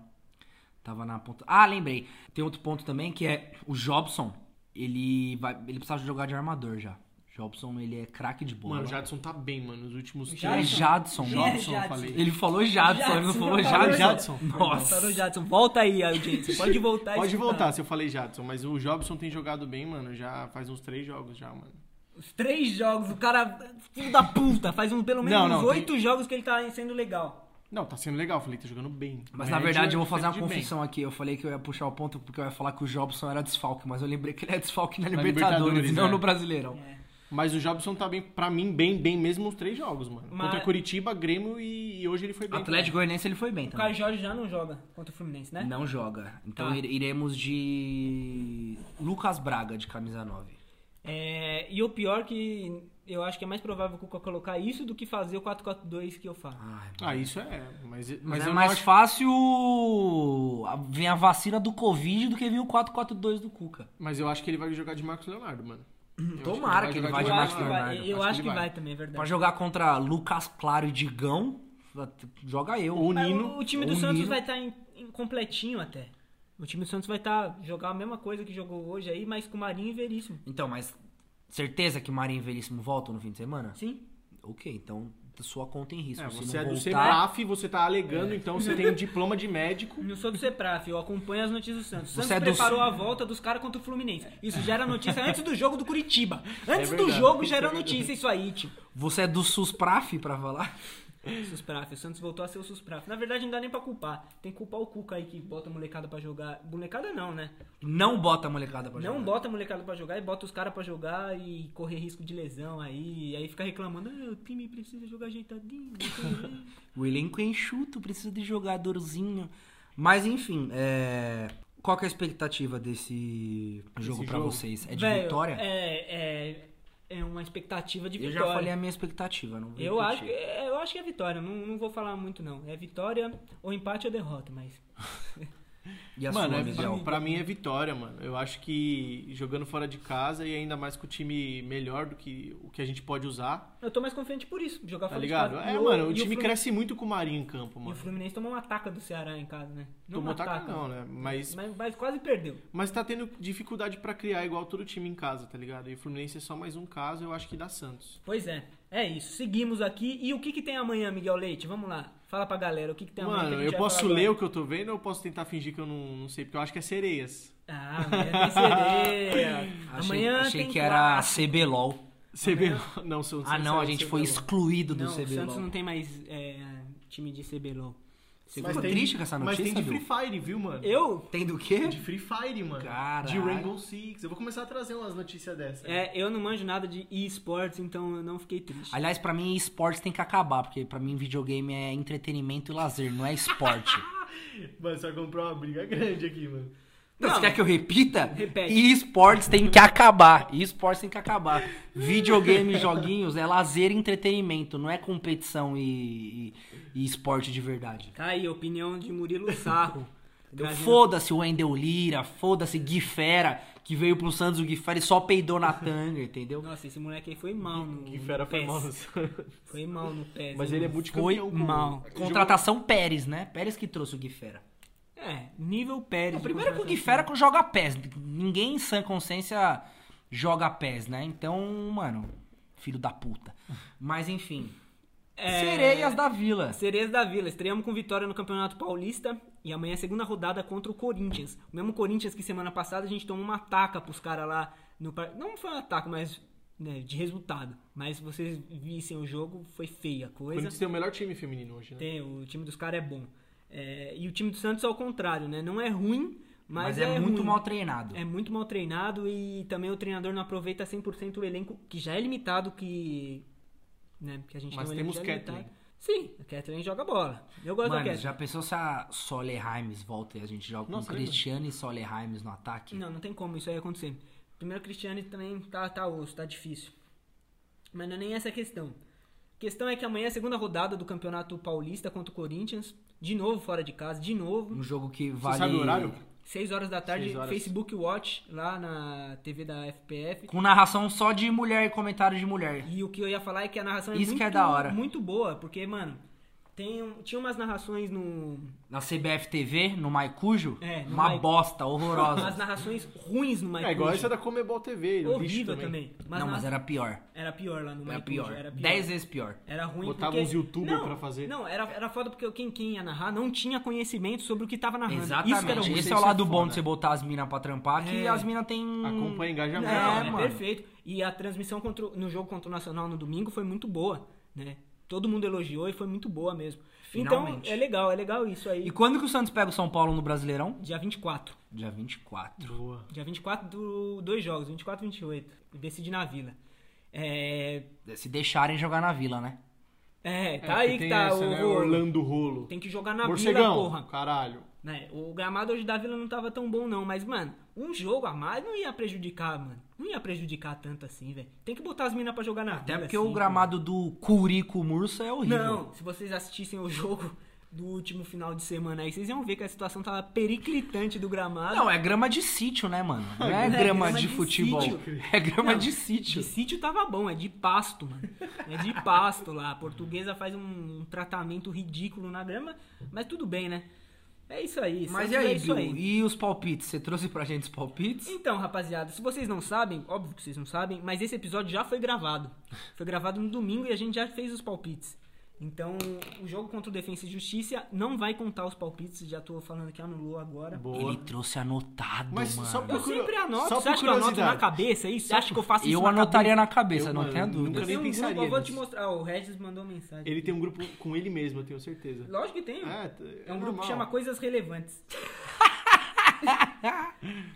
S1: Tava na ponta. Ah, lembrei. Tem outro ponto também que é o Jobson. Ele vai, ele precisa jogar de armador já. Jobson, ele é craque de bola.
S4: Mano, o Jadson tá bem, mano. Nos últimos
S1: Ele é
S4: times.
S1: Jadson.
S4: Jadson,
S2: Jadson.
S4: eu falei.
S1: Ele falou Jadson, ele não falou
S2: falou
S1: Jadson.
S4: Jadson.
S1: Nossa.
S2: Falou Tá Jadson. Volta aí, audiência. Pode
S1: tá
S2: voltar. e
S4: Pode
S2: escutar.
S4: voltar se eu falei Jadson, mas o Jobson tem jogado bem, mano. Já faz uns três jogos já, mano.
S2: Os três jogos, o cara, filho da puta, faz um, pelo menos
S4: Não, não,
S2: uns
S4: tem-
S2: oito jogos que ele tá sendo legal.
S4: Não, tá sendo legal, eu falei, tá jogando bem.
S1: Mas na verdade eu vou fazer uma
S4: de bem.
S1: confissão aqui. Eu falei que eu ia puxar o ponto porque eu ia falar que o Jobson era desfalque, mas eu lembrei que ele é desfalque na
S4: Na
S1: Libertadores,
S4: Libertadores,
S1: e não
S4: é.
S1: no Brasileirão.
S4: Mas o Jobson tá bem, pra mim, bem, bem mesmo os três jogos, mano.
S2: Mas-
S4: Contra Curitiba, Grêmio e, e hoje ele foi bem.
S1: Atlético Goianiense ele foi bem
S2: O Caio
S1: também.
S2: Jorge já não joga contra o Fluminense, né?
S1: Não joga. Então
S2: Tá.
S1: ire- iremos de Lucas Braga de camisa 9.
S2: É, e o pior que eu acho que é mais provável que o Cuca colocar isso do que fazer o 4-4-2 que eu falo.
S1: Ai,
S4: Ah, isso é. Mas, mas,
S1: Mas
S4: eu
S1: é
S4: não
S1: mais
S4: acho-
S1: fácil a- vir a vacina do Covid do que vir o 442 do Cuca.
S4: mas eu acho que ele vai jogar de Marcos Leonardo, mano. Eu
S1: Tomara
S4: acho
S1: que ele
S4: jogar
S1: vá de
S2: eu
S1: Marcos
S2: acho que vai,
S1: Leonardo,
S2: eu acho, que, vai. também, é
S1: Pra
S2: verdade.
S1: jogar contra Lucas Claro e Digão, joga eu.
S4: Ou o
S2: Mas
S4: Nino.
S2: o time do
S1: ou o
S2: Santos
S1: Nino.
S2: vai tá estar incompletinho até. O time do Santos vai estar jogar a mesma coisa que jogou hoje aí, mas com o Marinho e Veríssimo.
S1: Então, mas certeza que Marinho e Veríssimo voltam no fim de semana?
S2: Sim.
S1: Ok, então sua conta em risco.
S4: É,
S1: Se
S4: você
S1: não
S4: é do
S1: voltar, É.
S4: CEPRAF, você tá alegando, então você tem um diploma de médico.
S2: Não sou do Cepraf, eu acompanho as notícias do Santos. O
S1: Você
S2: Santos
S1: é do-
S2: preparou a volta dos caras contra o Fluminense. Isso já era notícia antes do jogo do Curitiba. Antes do
S4: verdade.
S2: jogo já era notícia isso aí, tio.
S1: você é do SUSPRAF pra falar?
S2: Suspraf, o Santos voltou a ser o Suspraf. Na verdade, não dá nem pra culpar. Tem que culpar o Cuca aí que bota a molecada pra jogar. Molecada não, né?
S1: Não bota a molecada pra jogar.
S2: Não bota a molecada pra jogar e bota os caras pra jogar e correr risco de lesão aí. E aí fica reclamando, ah, o time precisa jogar ajeitadinho.
S1: O elenco é enxuto, precisa de jogadorzinho. Mas enfim, é... qual que é a expectativa desse jogo pra
S4: jogo?
S1: vocês? É de
S2: Velho,
S1: vitória?
S2: É, é, é uma expectativa de
S1: Eu
S2: vitória.
S1: já falei a minha expectativa, não vou
S2: Eu
S1: repetir.
S2: acho, que- é, eu acho que é vitória, não, não vou falar muito não. É vitória, ou empate ou derrota, mas.
S1: E a
S4: Mano,
S1: sua,
S4: é, pra,
S2: assim,
S1: Miguel?
S4: pra mim é vitória, mano. Eu acho que jogando fora de casa e ainda mais com o time melhor do que o que a gente pode usar,
S2: Eu tô mais confiante por isso, jogar
S4: tá
S2: fora de
S4: ligado?
S2: casa.
S4: É,
S2: E
S4: mano,
S2: e
S4: o time
S2: Fluminense-
S4: cresce muito com o Marinho em campo,
S2: E o
S4: mano.
S2: Fluminense tomou uma ataca do Ceará em casa, né?
S4: Tomou
S2: uma
S4: ataca não, né? Mas,
S2: Mas, mas quase perdeu.
S4: mas tá tendo dificuldade pra criar igual todo time em casa, tá ligado? E o Fluminense é só mais um caso, eu acho que dá Santos.
S2: Pois é, é isso. Seguimos aqui. E o que, que tem amanhã, Miguel Leite? Vamos lá. Fala pra galera o que, que tem amanhã. que a
S4: Mano,
S2: gente
S4: eu
S2: vai
S4: posso
S2: falar
S4: ler o
S2: agora.
S4: que eu tô vendo ou eu posso tentar fingir que eu não, não sei? Porque eu acho que é sereias.
S2: Ah, amanhã tem sereia.
S1: Achei,
S2: amanhã
S1: achei
S2: tem
S1: que era
S2: clássico.
S1: CBLOL.
S4: CBLOL. Não, são
S1: Ah
S2: é
S1: não, a gente foi
S4: CBLOL.
S1: excluído do
S2: Não, o Santos
S1: CBLOL.
S2: não tem mais é, time de CBLOL.
S1: Você ficou triste com essa notícia,
S4: Mas tem de
S1: Bill?
S4: Free Fire, viu, mano?
S2: Eu?
S1: Tem do
S2: É
S1: quê?
S4: De Free Fire, mano.
S1: Caralho.
S4: De Rainbow Six. Eu vou começar a trazer umas notícias dessas.
S2: É, eu não manjo nada de esportes, então eu não fiquei triste.
S1: Aliás, pra mim esportes tem que acabar, porque pra mim videogame é entretenimento e lazer, não é esporte.
S4: Mano, você vai comprar uma briga grande aqui, mano.
S1: Não,
S2: Não.
S1: Você quer que eu repita?
S2: Repete.
S1: Esportes tem que acabar. Esportes tem que acabar. Videogame, joguinhos é lazer e entretenimento, não é competição e, e- e esporte de verdade.
S2: Tá aí, opinião de Murilo Sarro.
S1: Entendeu?
S2: Trazendo-
S1: Foda-se o Wendel Lira, foda-se Gui Fera, que veio pro Santos o Gui Fera e só peidou na tanga, entendeu?
S2: Nossa, esse moleque aí foi mal no.
S4: Que fera
S2: no
S4: foi
S2: PES.
S4: mal.
S2: Foi mal no PES.
S4: Mas
S2: hein,
S4: ele é
S2: mano?
S1: Foi
S4: multicampeão. pô.
S2: mal.
S1: Contratação Pérez, né? Pérez que trouxe o Gui Fera.
S2: É, nível Pérez.
S1: Não, primeiro que o Gui Fera joga pés. Ninguém em sã consciência joga pés, né? Então, mano, filho da puta. Mas enfim.
S2: É,
S1: Sereias da Vila.
S2: Sereias da Vila. Estreamos com vitória no Campeonato Paulista. e amanhã é a segunda rodada contra o Corinthians. O mesmo Corinthians que semana passada a gente tomou uma ataca pros caras lá no par- Não foi uma ataca, mas né, de resultado. Mas se vocês vissem o jogo, foi feia a
S4: O
S2: coisa.
S4: Corinthians tem o melhor time feminino hoje, né?
S2: Tem, o time dos caras é bom. É, e o time do Santos é ao contrário, né? Não é ruim,
S1: Mas,
S2: mas,
S1: é, muito
S2: ruim.
S1: mal treinado.
S2: É muito mal treinado e também o treinador não aproveita 100% o elenco, que já é limitado, que. Né, que a gente
S4: Mas
S2: tem um elenco
S4: temos
S2: já limitado.
S4: Kathleen.
S2: Sim, a Kathleen joga bola. Eu gosto da
S1: Mano,
S2: Kathleen.
S1: já pensou se a Solerheims volta e a gente joga
S4: Nossa,
S1: com
S4: lembra?
S1: Cristiano e Solerheims no ataque?
S2: é Não, não tem como isso aí acontecer. Primeiro, o Cristiano também tá, tá osso, tá difícil. Mas não é nem essa a questão. A questão é que amanhã é a segunda rodada do Campeonato Paulista contra o Corinthians. De novo fora de casa, de novo.
S1: Um jogo que
S4: Você
S1: vale...
S4: sabe o horário?
S2: 6 horas da tarde,
S4: Seis horas.
S2: Facebook Watch, lá na TV da FPF.
S1: Com narração só de mulher e comentário de mulher.
S2: E o que eu ia falar é que a narração é,
S1: Isso
S2: muito,
S1: que é da hora.
S2: muito boa, porque, mano, tem, um- tinha umas narrações no.
S1: Na CBF TV, no Maicujo,
S2: É, no
S1: uma
S2: Mai-
S1: bosta,
S2: Umas
S1: horrorosa.
S2: narrações ruins no
S4: É
S2: Michael.
S4: igual essa da Comebol TV, o lixo
S2: Horrível
S4: é também.
S2: também.
S1: Não, mas
S2: na-
S1: era pior.
S2: era pior lá no
S1: Era
S2: Michael.
S1: pior.
S2: Era pior.
S1: Dez vezes pior.
S2: Era ruim
S4: Botava
S2: porque...
S4: uns youtuber
S2: não,
S4: pra fazer.
S2: Não, era, era foda porque quem, quem ia narrar não tinha conhecimento sobre o que tava narrando. Isso que era um
S1: Exatamente. Esse
S2: ruim.
S4: isso
S1: é o
S4: é
S1: lado bom
S4: foda.
S1: de você botar as minas pra trampar, que
S2: É.
S1: as minas tem...
S4: Acompanha engajamento.
S1: É,
S2: Não, é
S1: mano.
S2: perfeito. E a transmissão contra o- no jogo contra o Nacional no domingo foi muito boa, né? Todo mundo elogiou e foi muito boa mesmo.
S1: Finalmente.
S2: Então, é legal, é legal isso aí.
S1: E quando que o Santos pega o São Paulo no Brasileirão?
S2: Dia 24.
S1: Dia
S2: é
S1: 24.
S4: Boa.
S2: Dia 24 do dois jogos, 24 e 28. Decidi na Vila. É,
S1: Se deixarem jogar na Vila, né?
S2: é
S4: É,
S2: tá aí
S4: tem
S2: que tá
S4: essa,
S2: o
S4: né,
S2: rolo.
S4: Orlando Rolo.
S2: Tem que jogar na Vila,
S4: Morcegão,
S2: porra.
S4: caralho.
S2: Né, O gramado hoje da Vila não tava tão bom não, mas mano, um jogo a mais não ia prejudicar, mano. Não ia prejudicar tanto assim, velho. Tem que botar as minas pra jogar na
S1: Até
S2: Vila,
S1: porque
S2: assim,
S1: o gramado do Curico Mursa é horrível.
S2: Não, se vocês assistissem o jogo do último final de semana aí, vocês iam ver que a situação tava periclitante do gramado.
S1: Não, é grama de sítio, né, mano? Não é, grama, de, futebol.
S2: sítio.
S1: É grama
S2: Não,
S1: de sítio.
S2: De sítio tava bom, é de pasto, mano. É de pasto lá. A portuguesa faz um tratamento ridículo na grama, mas tudo bem, né? É isso aí.
S1: Mas
S2: Santos
S1: e
S2: é
S1: aí,
S2: isso
S1: Bill?
S2: aí.
S1: E os palpites? Você trouxe pra gente os palpites?
S2: Então, rapaziada, se vocês não sabem, óbvio que vocês não sabem, mas esse episódio já foi gravado. Foi gravado no domingo e a gente já fez os palpites. Então, o jogo contra o Defensa e Justiça não vai contar os palpites, já tô falando que anulou agora.
S4: Boa.
S1: Ele trouxe anotado,
S4: Mas
S1: mano.
S4: só
S2: Eu
S4: por
S2: sempre
S4: curio-
S2: anoto.
S4: só
S2: Você
S4: por
S2: acha que eu anoto na
S4: curiosidade.
S2: cabeça isso? Você acha que eu faço isso
S1: Eu
S2: na
S1: anotaria na cabeça,
S4: Eu,
S1: não
S4: mano,
S1: tenha
S4: nunca
S1: dúvida.
S4: nem-
S2: Tem um
S4: pensaria
S2: grupo, eu vou te
S4: nisso.
S2: mostrar. Ó, o Regis mandou mensagem.
S4: Ele tem um grupo com ele mesmo, eu tenho certeza.
S2: Lógico que tem. É,
S4: t-
S2: um grupo
S4: Ah, normal.
S2: que chama Coisas Relevantes.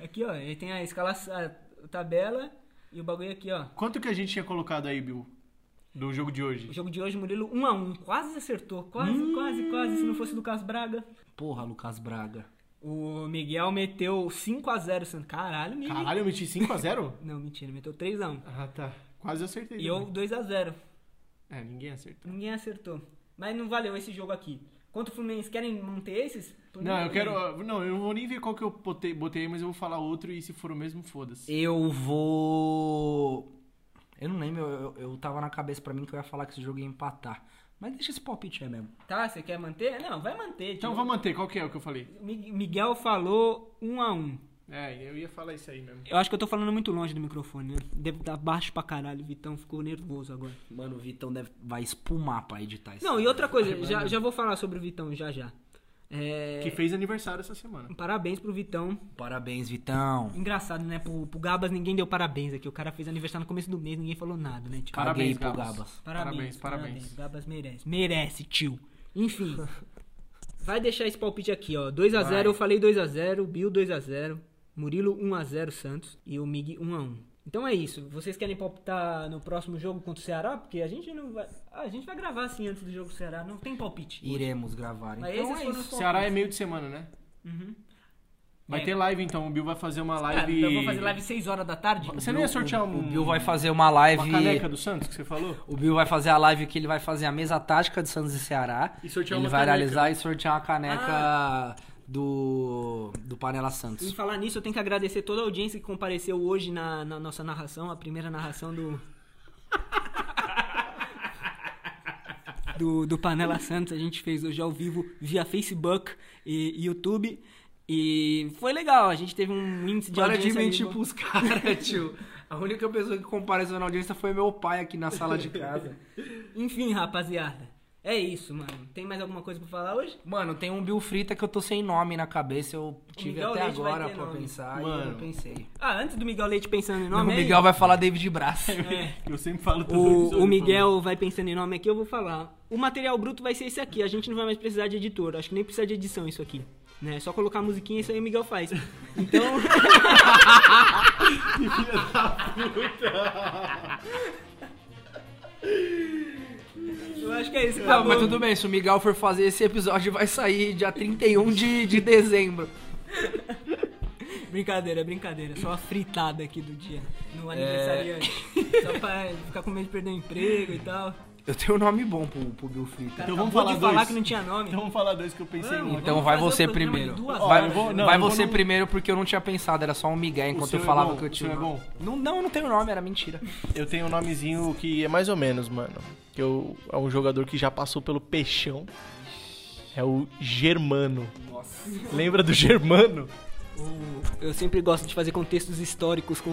S2: aqui, ó, ele tem a escalação, a tabela e o bagulho aqui, ó.
S4: Quanto que a gente tinha colocado aí, Bill? Do jogo de hoje?
S2: O jogo de hoje, Murilo, 1 a 1 Quase acertou. Quase,
S4: Hum.
S2: quase, quase. Se não fosse Lucas Braga.
S1: Porra, Lucas Braga.
S2: O Miguel meteu 5 a 0 Santos. Caralho, Miguel.
S4: Caralho, eu meti 5x0?
S2: Não, mentira, ele meteu 3 a 1
S4: ah, tá. Quase acertei.
S2: E eu
S4: também.
S2: 2 a 0
S4: É, ninguém acertou.
S2: Ninguém acertou. Mas não valeu esse jogo aqui. Quanto o Fluminense, querem manter esses? Por mim,
S4: Não, eu
S2: tudo
S4: quero.
S2: bem.
S4: Não, eu não vou nem ver qual que eu botei, botei mas eu vou falar outro e se for o mesmo, foda-se.
S1: Eu vou. Eu não lembro, eu, eu, eu tava na cabeça pra mim que eu ia falar que esse jogo ia empatar. Mas deixa esse palpite aí mesmo.
S2: Tá, você quer manter? Não, vai manter. tipo,
S4: Então
S2: tio.
S4: vamos manter, qual que é o que eu falei?
S2: Mi- Miguel falou 1 a 1
S4: É, eu ia falar isso aí mesmo.
S2: Eu acho que eu tô falando muito longe do microfone, né? Devo estar baixo pra caralho. Vitão ficou nervoso agora.
S1: Mano, o Vitão deve... vai espumar pra editar isso.
S2: Não, e outra coisa, já, já vou falar sobre o Vitão já já. É,
S4: Que fez aniversário essa semana.
S2: Parabéns pro Vitão.
S1: Parabéns, Vitão.
S2: Engraçado, né? Pro, pro Gabas ninguém deu parabéns aqui. O cara fez aniversário no começo do mês, ninguém falou nada, né? Tio?
S1: Parabéns,
S4: Parabéns,
S1: pro
S4: Gabas.
S1: Gabas.
S4: Parabéns, parabéns.
S2: O Gabas merece. Merece, tio. Enfim. Vai deixar esse palpite aqui, ó. 2x0, eu falei 2x0, Bill 2x0, Murilo 1x0 Santos e o Mig 1x1. Então é isso. Vocês querem palpitar no próximo jogo contra o Ceará? Porque a gente não vai. ah, a gente vai gravar assim antes do jogo do Ceará. Não tem palpite.
S1: Iremos gravar.
S2: Mas
S1: Então
S2: esses
S1: é
S2: foram
S1: isso.
S2: os
S4: Ceará é meio de semana, né?
S2: Uhum.
S4: Vai
S2: É.
S4: ter live então, o Bill vai fazer uma
S2: Cara,
S4: live.
S2: então eu vou fazer live 6 horas da tarde.
S4: Você não ia sortear um,
S1: O Bill vai fazer uma live.
S4: uma caneca do Santos que você falou?
S1: O Bill vai fazer a live que ele vai fazer a mesa tática de Santos e Ceará.
S4: E sortear
S1: ele
S4: uma
S1: vai
S4: caneca.
S1: realizar e sortear uma caneca do. do Panela Santos.
S2: Em falar nisso, eu tenho que agradecer toda a audiência que compareceu hoje na, na nossa narração, a primeira narração do. do, do Panela Santos. A gente fez hoje ao vivo via Facebook e YouTube. E foi legal, a gente teve um índice de
S1: Para de
S2: audiência.
S1: mentir
S2: ali bom.
S1: pros caras, tio. A única pessoa que compareceu na audiência foi meu pai aqui na sala de casa.
S2: Enfim, rapaziada. É isso, mano. Tem mais alguma coisa pra falar hoje?
S1: Mano, tem um Bill Frita que eu tô sem nome na cabeça, eu tive
S2: Miguel
S1: até
S2: Leite vai
S1: agora
S2: ter
S1: pra
S2: nome.
S1: pensar e eu não
S4: Mano.
S1: pensei.
S2: Ah, antes do Miguel Leite pensando em
S1: o é
S2: nome. é aí,
S1: Miguel vai falar David Braz.
S4: Eu sempre falo todo episódio,
S2: O, o
S4: eu
S2: Miguel vai pensando em nome aqui, eu vou falar. O material bruto vai ser esse aqui. A gente não vai mais precisar de editor. Acho que nem precisa de edição isso aqui. Né? É Só colocar a musiquinha e isso aí o Miguel faz. Então. Eu acho que é isso.
S1: Não,
S2: acabou.
S1: mas tudo bem, se o Miguel for fazer esse episódio, vai sair dia 31 de, de dezembro.
S2: Brincadeira, brincadeira. Só a fritada aqui do dia. No
S1: É.
S2: aniversariante. Só pra ficar com medo de perder o emprego e tal.
S1: Eu tenho um nome bom pro, pro Bill Frita.
S4: Então vamos
S2: Acabou
S4: falar
S2: de falar
S4: dois.
S2: que não tinha nome.
S4: Então vamos falar dois que eu pensei em um.
S1: Então
S2: vamos
S1: vai
S2: fazer
S1: você
S2: o programa
S1: primeiro.
S2: de duas
S1: Vai,
S2: horas, né?
S1: vai
S4: eu vou
S1: você
S4: num-
S1: primeiro porque eu não tinha pensado, era só um Miguel enquanto
S4: seu
S1: eu
S4: é
S1: falava
S4: bom,
S1: que eu
S4: o
S1: tinha.
S4: seu é bom.
S1: Não, não, não tenho nome, era mentira.
S3: Eu tenho um nomezinho que é mais ou menos, mano. Que eu, é um jogador que já passou pelo peixão. É o Germano.
S1: Nossa.
S3: Lembra do Germano?
S2: O- Eu sempre gosto de fazer contextos históricos com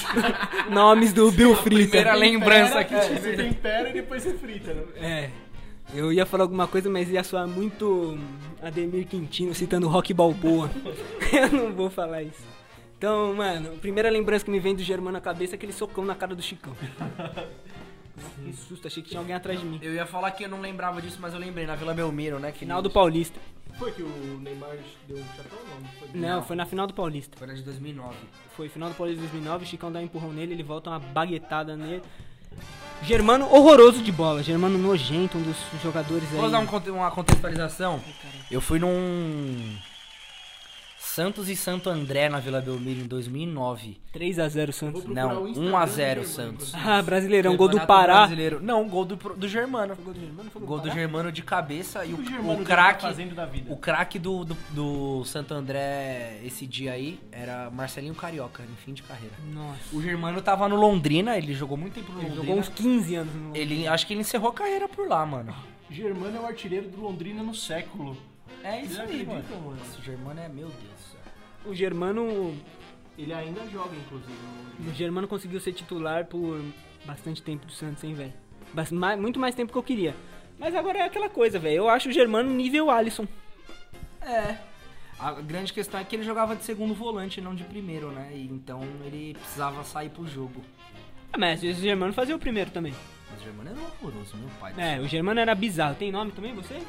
S2: nomes do Bill Frita.
S1: Primeira lembrança aqui.
S4: Você tempera e depois você frita, né?
S2: É. Eu ia falar alguma coisa, mas ia soar muito Ademir Quintino citando Rock Balboa. eu não vou falar isso. Então, mano, a primeira lembrança que me vem do Germano na cabeça é aquele socão na cara do Chicão. Que susto, achei que tinha alguém atrás de mim.
S1: Eu ia falar que eu não lembrava disso, mas eu lembrei, na Vila Belmiro, né? Que
S2: Final do Paulista.
S4: Foi que o Neymar deu um chapéu ou não? Foi
S2: Não, foi na final do Paulista.
S1: Foi na é de 2009.
S2: Foi final do Paulista de 2009, o Chicão dá um empurrão nele, ele volta uma baguetada nele. Germano horroroso de bola, Germano nojento, um dos jogadores aí.
S1: Vou dar um conte- uma contextualização. Eu fui num. Santos e Santo André na Vila Belmiro em 2009.
S2: 3x0 Santos.
S4: Vou procurar
S1: Não,
S4: o Instagram
S1: 1 a
S4: do
S1: 0
S4: Germano,
S1: Santos.
S2: Ah, Brasileirão, gol do
S1: Campeonato
S2: Pará.
S1: Brasileiro. Não, gol do, do Germano.
S4: Gol do Germano? Foi
S1: Gol do Germano de cabeça e o,
S4: O Germano
S1: o
S4: deve tá
S1: craque.
S4: fazendo da vida.
S1: O craque do, do, do Santo André esse dia aí era Marcelinho Carioca, em fim de carreira.
S2: Nossa.
S1: O Germano tava no Londrina, ele jogou muito tempo no
S2: Ele
S1: Londrina.
S2: jogou uns 15 anos no
S1: Ele, acho que ele encerrou a carreira por lá, mano.
S4: Germano é o artilheiro do Londrina no século.
S1: É isso
S4: Vocês
S1: aí, mano.
S4: acreditam, mano?
S1: Nossa, o Germano é, meu Deus do céu.
S2: O Germano.
S4: Ele ainda joga, inclusive, no Londrina.
S2: O Germano conseguiu ser titular por bastante tempo do Santos, hein, velho? Bas- ma- Muito mais tempo que eu queria. Mas agora é aquela coisa, velho. Eu acho o Germano nível Alisson.
S1: É. A grande questão é que ele jogava de segundo volante, não de primeiro, né? E então ele precisava sair pro jogo.
S2: Ah, mas às vezes o Germano fazia o primeiro também.
S1: Mas o Germano era horroroso, meu pai. do
S2: É, o Germano era bizarro. Tem nome também, você?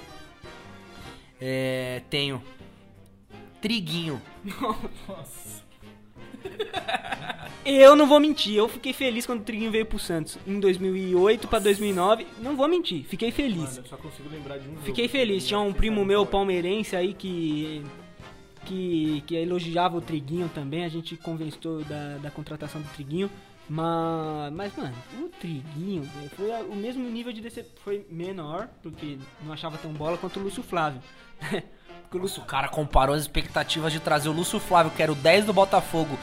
S1: É, tenho. Triguinho.
S2: Eu não vou mentir, eu fiquei feliz quando o Triguinho veio pro Santos. Em 2008 pra 2009, não vou mentir, fiquei feliz.
S4: Mano, eu só consigo lembrar de um jogo.
S2: Fiquei feliz, tinha um primo meu
S4: é?
S2: palmeirense aí que que, que elogiava o Triguinho também, a gente convenceu da, da contratação do Triguinho. Mas, mas mano, o Triguinho velho, foi a- o mesmo nível de decepção, foi menor, porque não achava tão bola quanto o Lúcio Flávio. Porque o Lúcio
S1: Nossa, o cara comparou as expectativas de trazer o Lúcio Flávio, que era o 10 do Botafogo,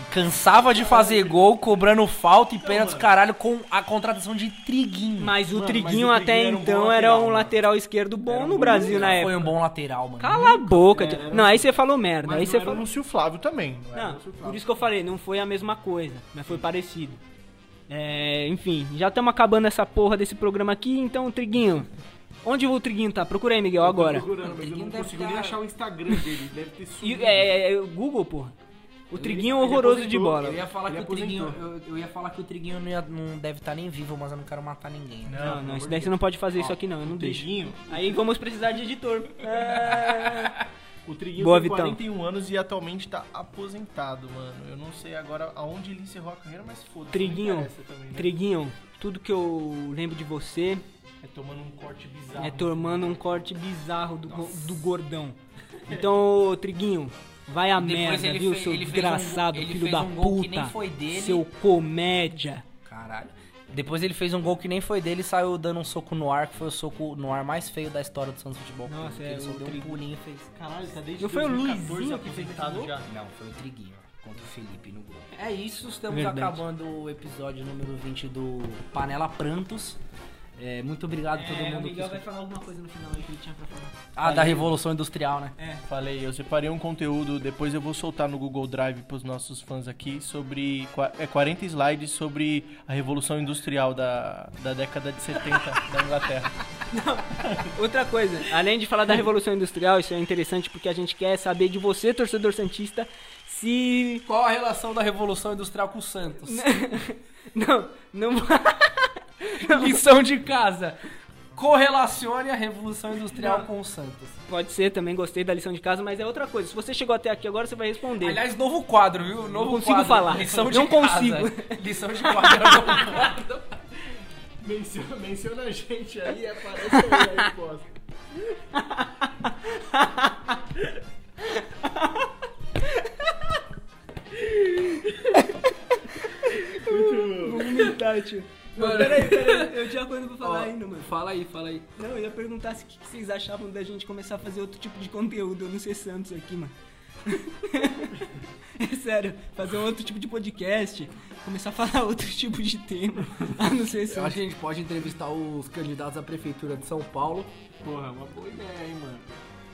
S1: e cansava de fazer gol, cobrando falta e pênalti, caralho, com a contratação de Triguinho.
S2: Então, Mas
S4: Mano,
S2: o
S4: mas
S2: Triguinho
S4: o
S2: até
S4: Triguinho era um
S2: então
S4: bom
S2: era
S4: lateral,
S2: um
S4: mano.
S2: lateral esquerdo bom
S4: Era um
S2: no
S4: bom
S2: Brasil
S4: lateral.
S2: na
S1: Foi
S2: época.
S1: um bom lateral, mano.
S2: Cala a boca.
S4: era,
S2: tio.
S4: era
S2: não,
S4: um-
S2: aí você falou merda. aí
S4: Mas
S2: você
S4: não era o
S2: falou.
S4: Lúcio Flávio também. Não, era um o
S2: Não,
S4: Lúcio Flávio.
S2: por isso que eu falei, não foi a mesma coisa, mas foi parecido. É, enfim, já estamos acabando essa porra desse programa aqui, então, Triguinho. Onde o Triguinho tá? Procura aí, Miguel, agora.
S4: Eu tô procurando, mas eu
S1: Triguinho
S4: não
S1: deve
S4: consigo
S1: tá-
S4: nem achar o Instagram dele. Deve ter
S2: E,
S4: sumido.
S2: é, é, é, o Google, porra. O Triguinho horroroso de
S4: aposentou,
S2: bola.
S1: Eu ia falar
S4: Ele é
S1: que o Triguinho,
S4: aposentou.
S1: eu, eu ia falar que o Triguinho não, ia- não deve estar nem vivo, mas eu não quero matar ninguém. né?
S2: Não,
S4: pelo
S2: não, isso
S4: amor
S2: daí
S4: de
S2: você não pode fazer isso aqui não, eu não
S4: O
S2: deixo.
S4: Triguinho,
S2: Aí vamos precisar de editor. É.
S4: o Triguinho
S2: Boa,
S4: tem
S2: Vitão.
S4: 41 anos e atualmente tá aposentado, mano. Eu não sei agora aonde ele encerrou a carreira, mas foda-se.
S2: Triguinho,
S4: não interessa também, né?
S2: Triguinho, tudo que eu lembro de você
S4: É tomando um corte bizarro.
S2: É tomando um corte bizarro do, go- do gordão. Então, ô, Triguinho, vai a
S1: Depois
S2: merda,
S1: ele
S2: viu,
S1: fez-
S2: seu
S1: ele fez um gol-
S2: desgraçado,
S1: ele
S2: filho
S1: fez
S2: da
S1: um gol
S2: puta.
S1: que nem foi dele.
S2: Seu comédia.
S1: Caralho. Depois ele fez um gol que nem foi dele e saiu dando um soco no ar, que foi o soco no ar mais feio da história do Santos Futebol. Clube,
S2: Nossa,
S1: que
S2: é,
S1: ele só
S2: o
S1: deu um
S2: Triguinho.
S1: pulinho e fez.
S4: Caralho, tá desde
S2: Não foi o
S4: 2014
S2: Luizinho que fez
S4: aposentado
S2: esse
S4: já.
S1: Não, foi o Triguinho contra o Felipe no grupo. É isso, estamos
S2: Verdade.
S1: acabando o episódio número 20 do Panela Prantos. É, muito obrigado a todo mundo que escutou.
S2: falar alguma coisa no final aí que ele tinha pra falar.
S1: Ah, da Revolução Industrial, né?
S3: Falei, eu separei um conteúdo, depois eu vou soltar no Google Drive pros nossos fãs aqui sobre. qua- É 40 slides sobre a Revolução Industrial da, da década de 70 da Inglaterra.
S2: Outra coisa, além de falar da Revolução Industrial, isso é interessante porque a gente quer saber de você, torcedor Santista, se.
S5: Qual a relação da Revolução Industrial com o Santos?
S2: Não, não.
S5: Lição de casa. Correlacione a Revolução Industrial
S2: Não.
S5: com o Santos.
S2: Pode ser também, gostei da lição de casa, mas é outra coisa. Se você chegou até aqui agora, você vai responder.
S5: Aliás, novo quadro, viu? Novo
S2: consigo
S5: quadro.
S2: falar.
S5: Lição de
S2: Não
S5: casa.
S2: consigo.
S5: Lição de quadro. é novo quadro.
S4: Menciona, menciona a gente aí, aparece aí a resposta.
S2: Vou vomitar, tio. Não,
S5: Mano.
S2: peraí, peraí, eu tinha coisa pra falar
S5: Ó,
S2: ainda, mano.
S5: Fala aí, fala aí.
S2: Não, eu ia perguntar se- o que que vocês achavam da gente começar a fazer outro tipo de conteúdo, eu não ser Santos aqui, mano. É sério, fazer outro tipo de podcast, começar a falar outro tipo de tema, a não um ser
S5: Eu acho
S2: Santos.
S5: que a gente pode entrevistar os candidatos à prefeitura de São Paulo. é
S4: Porra, uma boa ideia, hein, mano.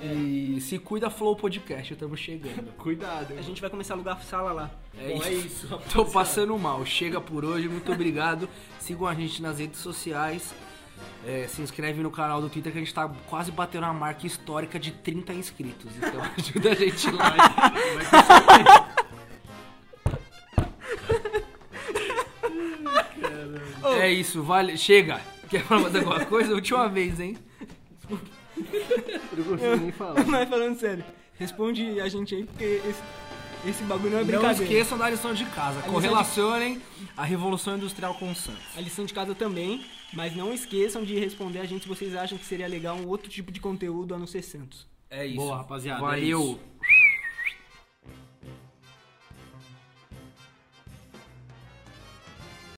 S5: E se cuida, Flow Podcast, estamos chegando.
S4: Cuidado, hein?
S2: A gente vai começar a alugar sala lá.
S5: É isso. Tô passando mal. Chega por hoje, muito obrigado. Sigam a gente nas redes sociais. É, se inscreve no canal do Twitter que a gente tá quase batendo a marca histórica de 30 inscritos. Então ajuda a gente lá. É isso, vale. Chega. Quer falar mais alguma coisa? Última vez, hein?
S4: Eu não consigo nem falar.
S2: Mas falando sério, responde a gente aí, porque esse, esse bagulho não é
S5: Não
S2: brincadeira.
S5: esqueçam da lição de casa.
S2: de-
S5: Correlacionem a Revolução Industrial com o Santos.
S2: A lição de casa também, mas não esqueçam de responder a gente se vocês acham que seria legal um outro tipo de conteúdo a não ser Santos.
S5: É isso.
S4: Boa, rapaziada, é
S5: Valeu.
S4: isso.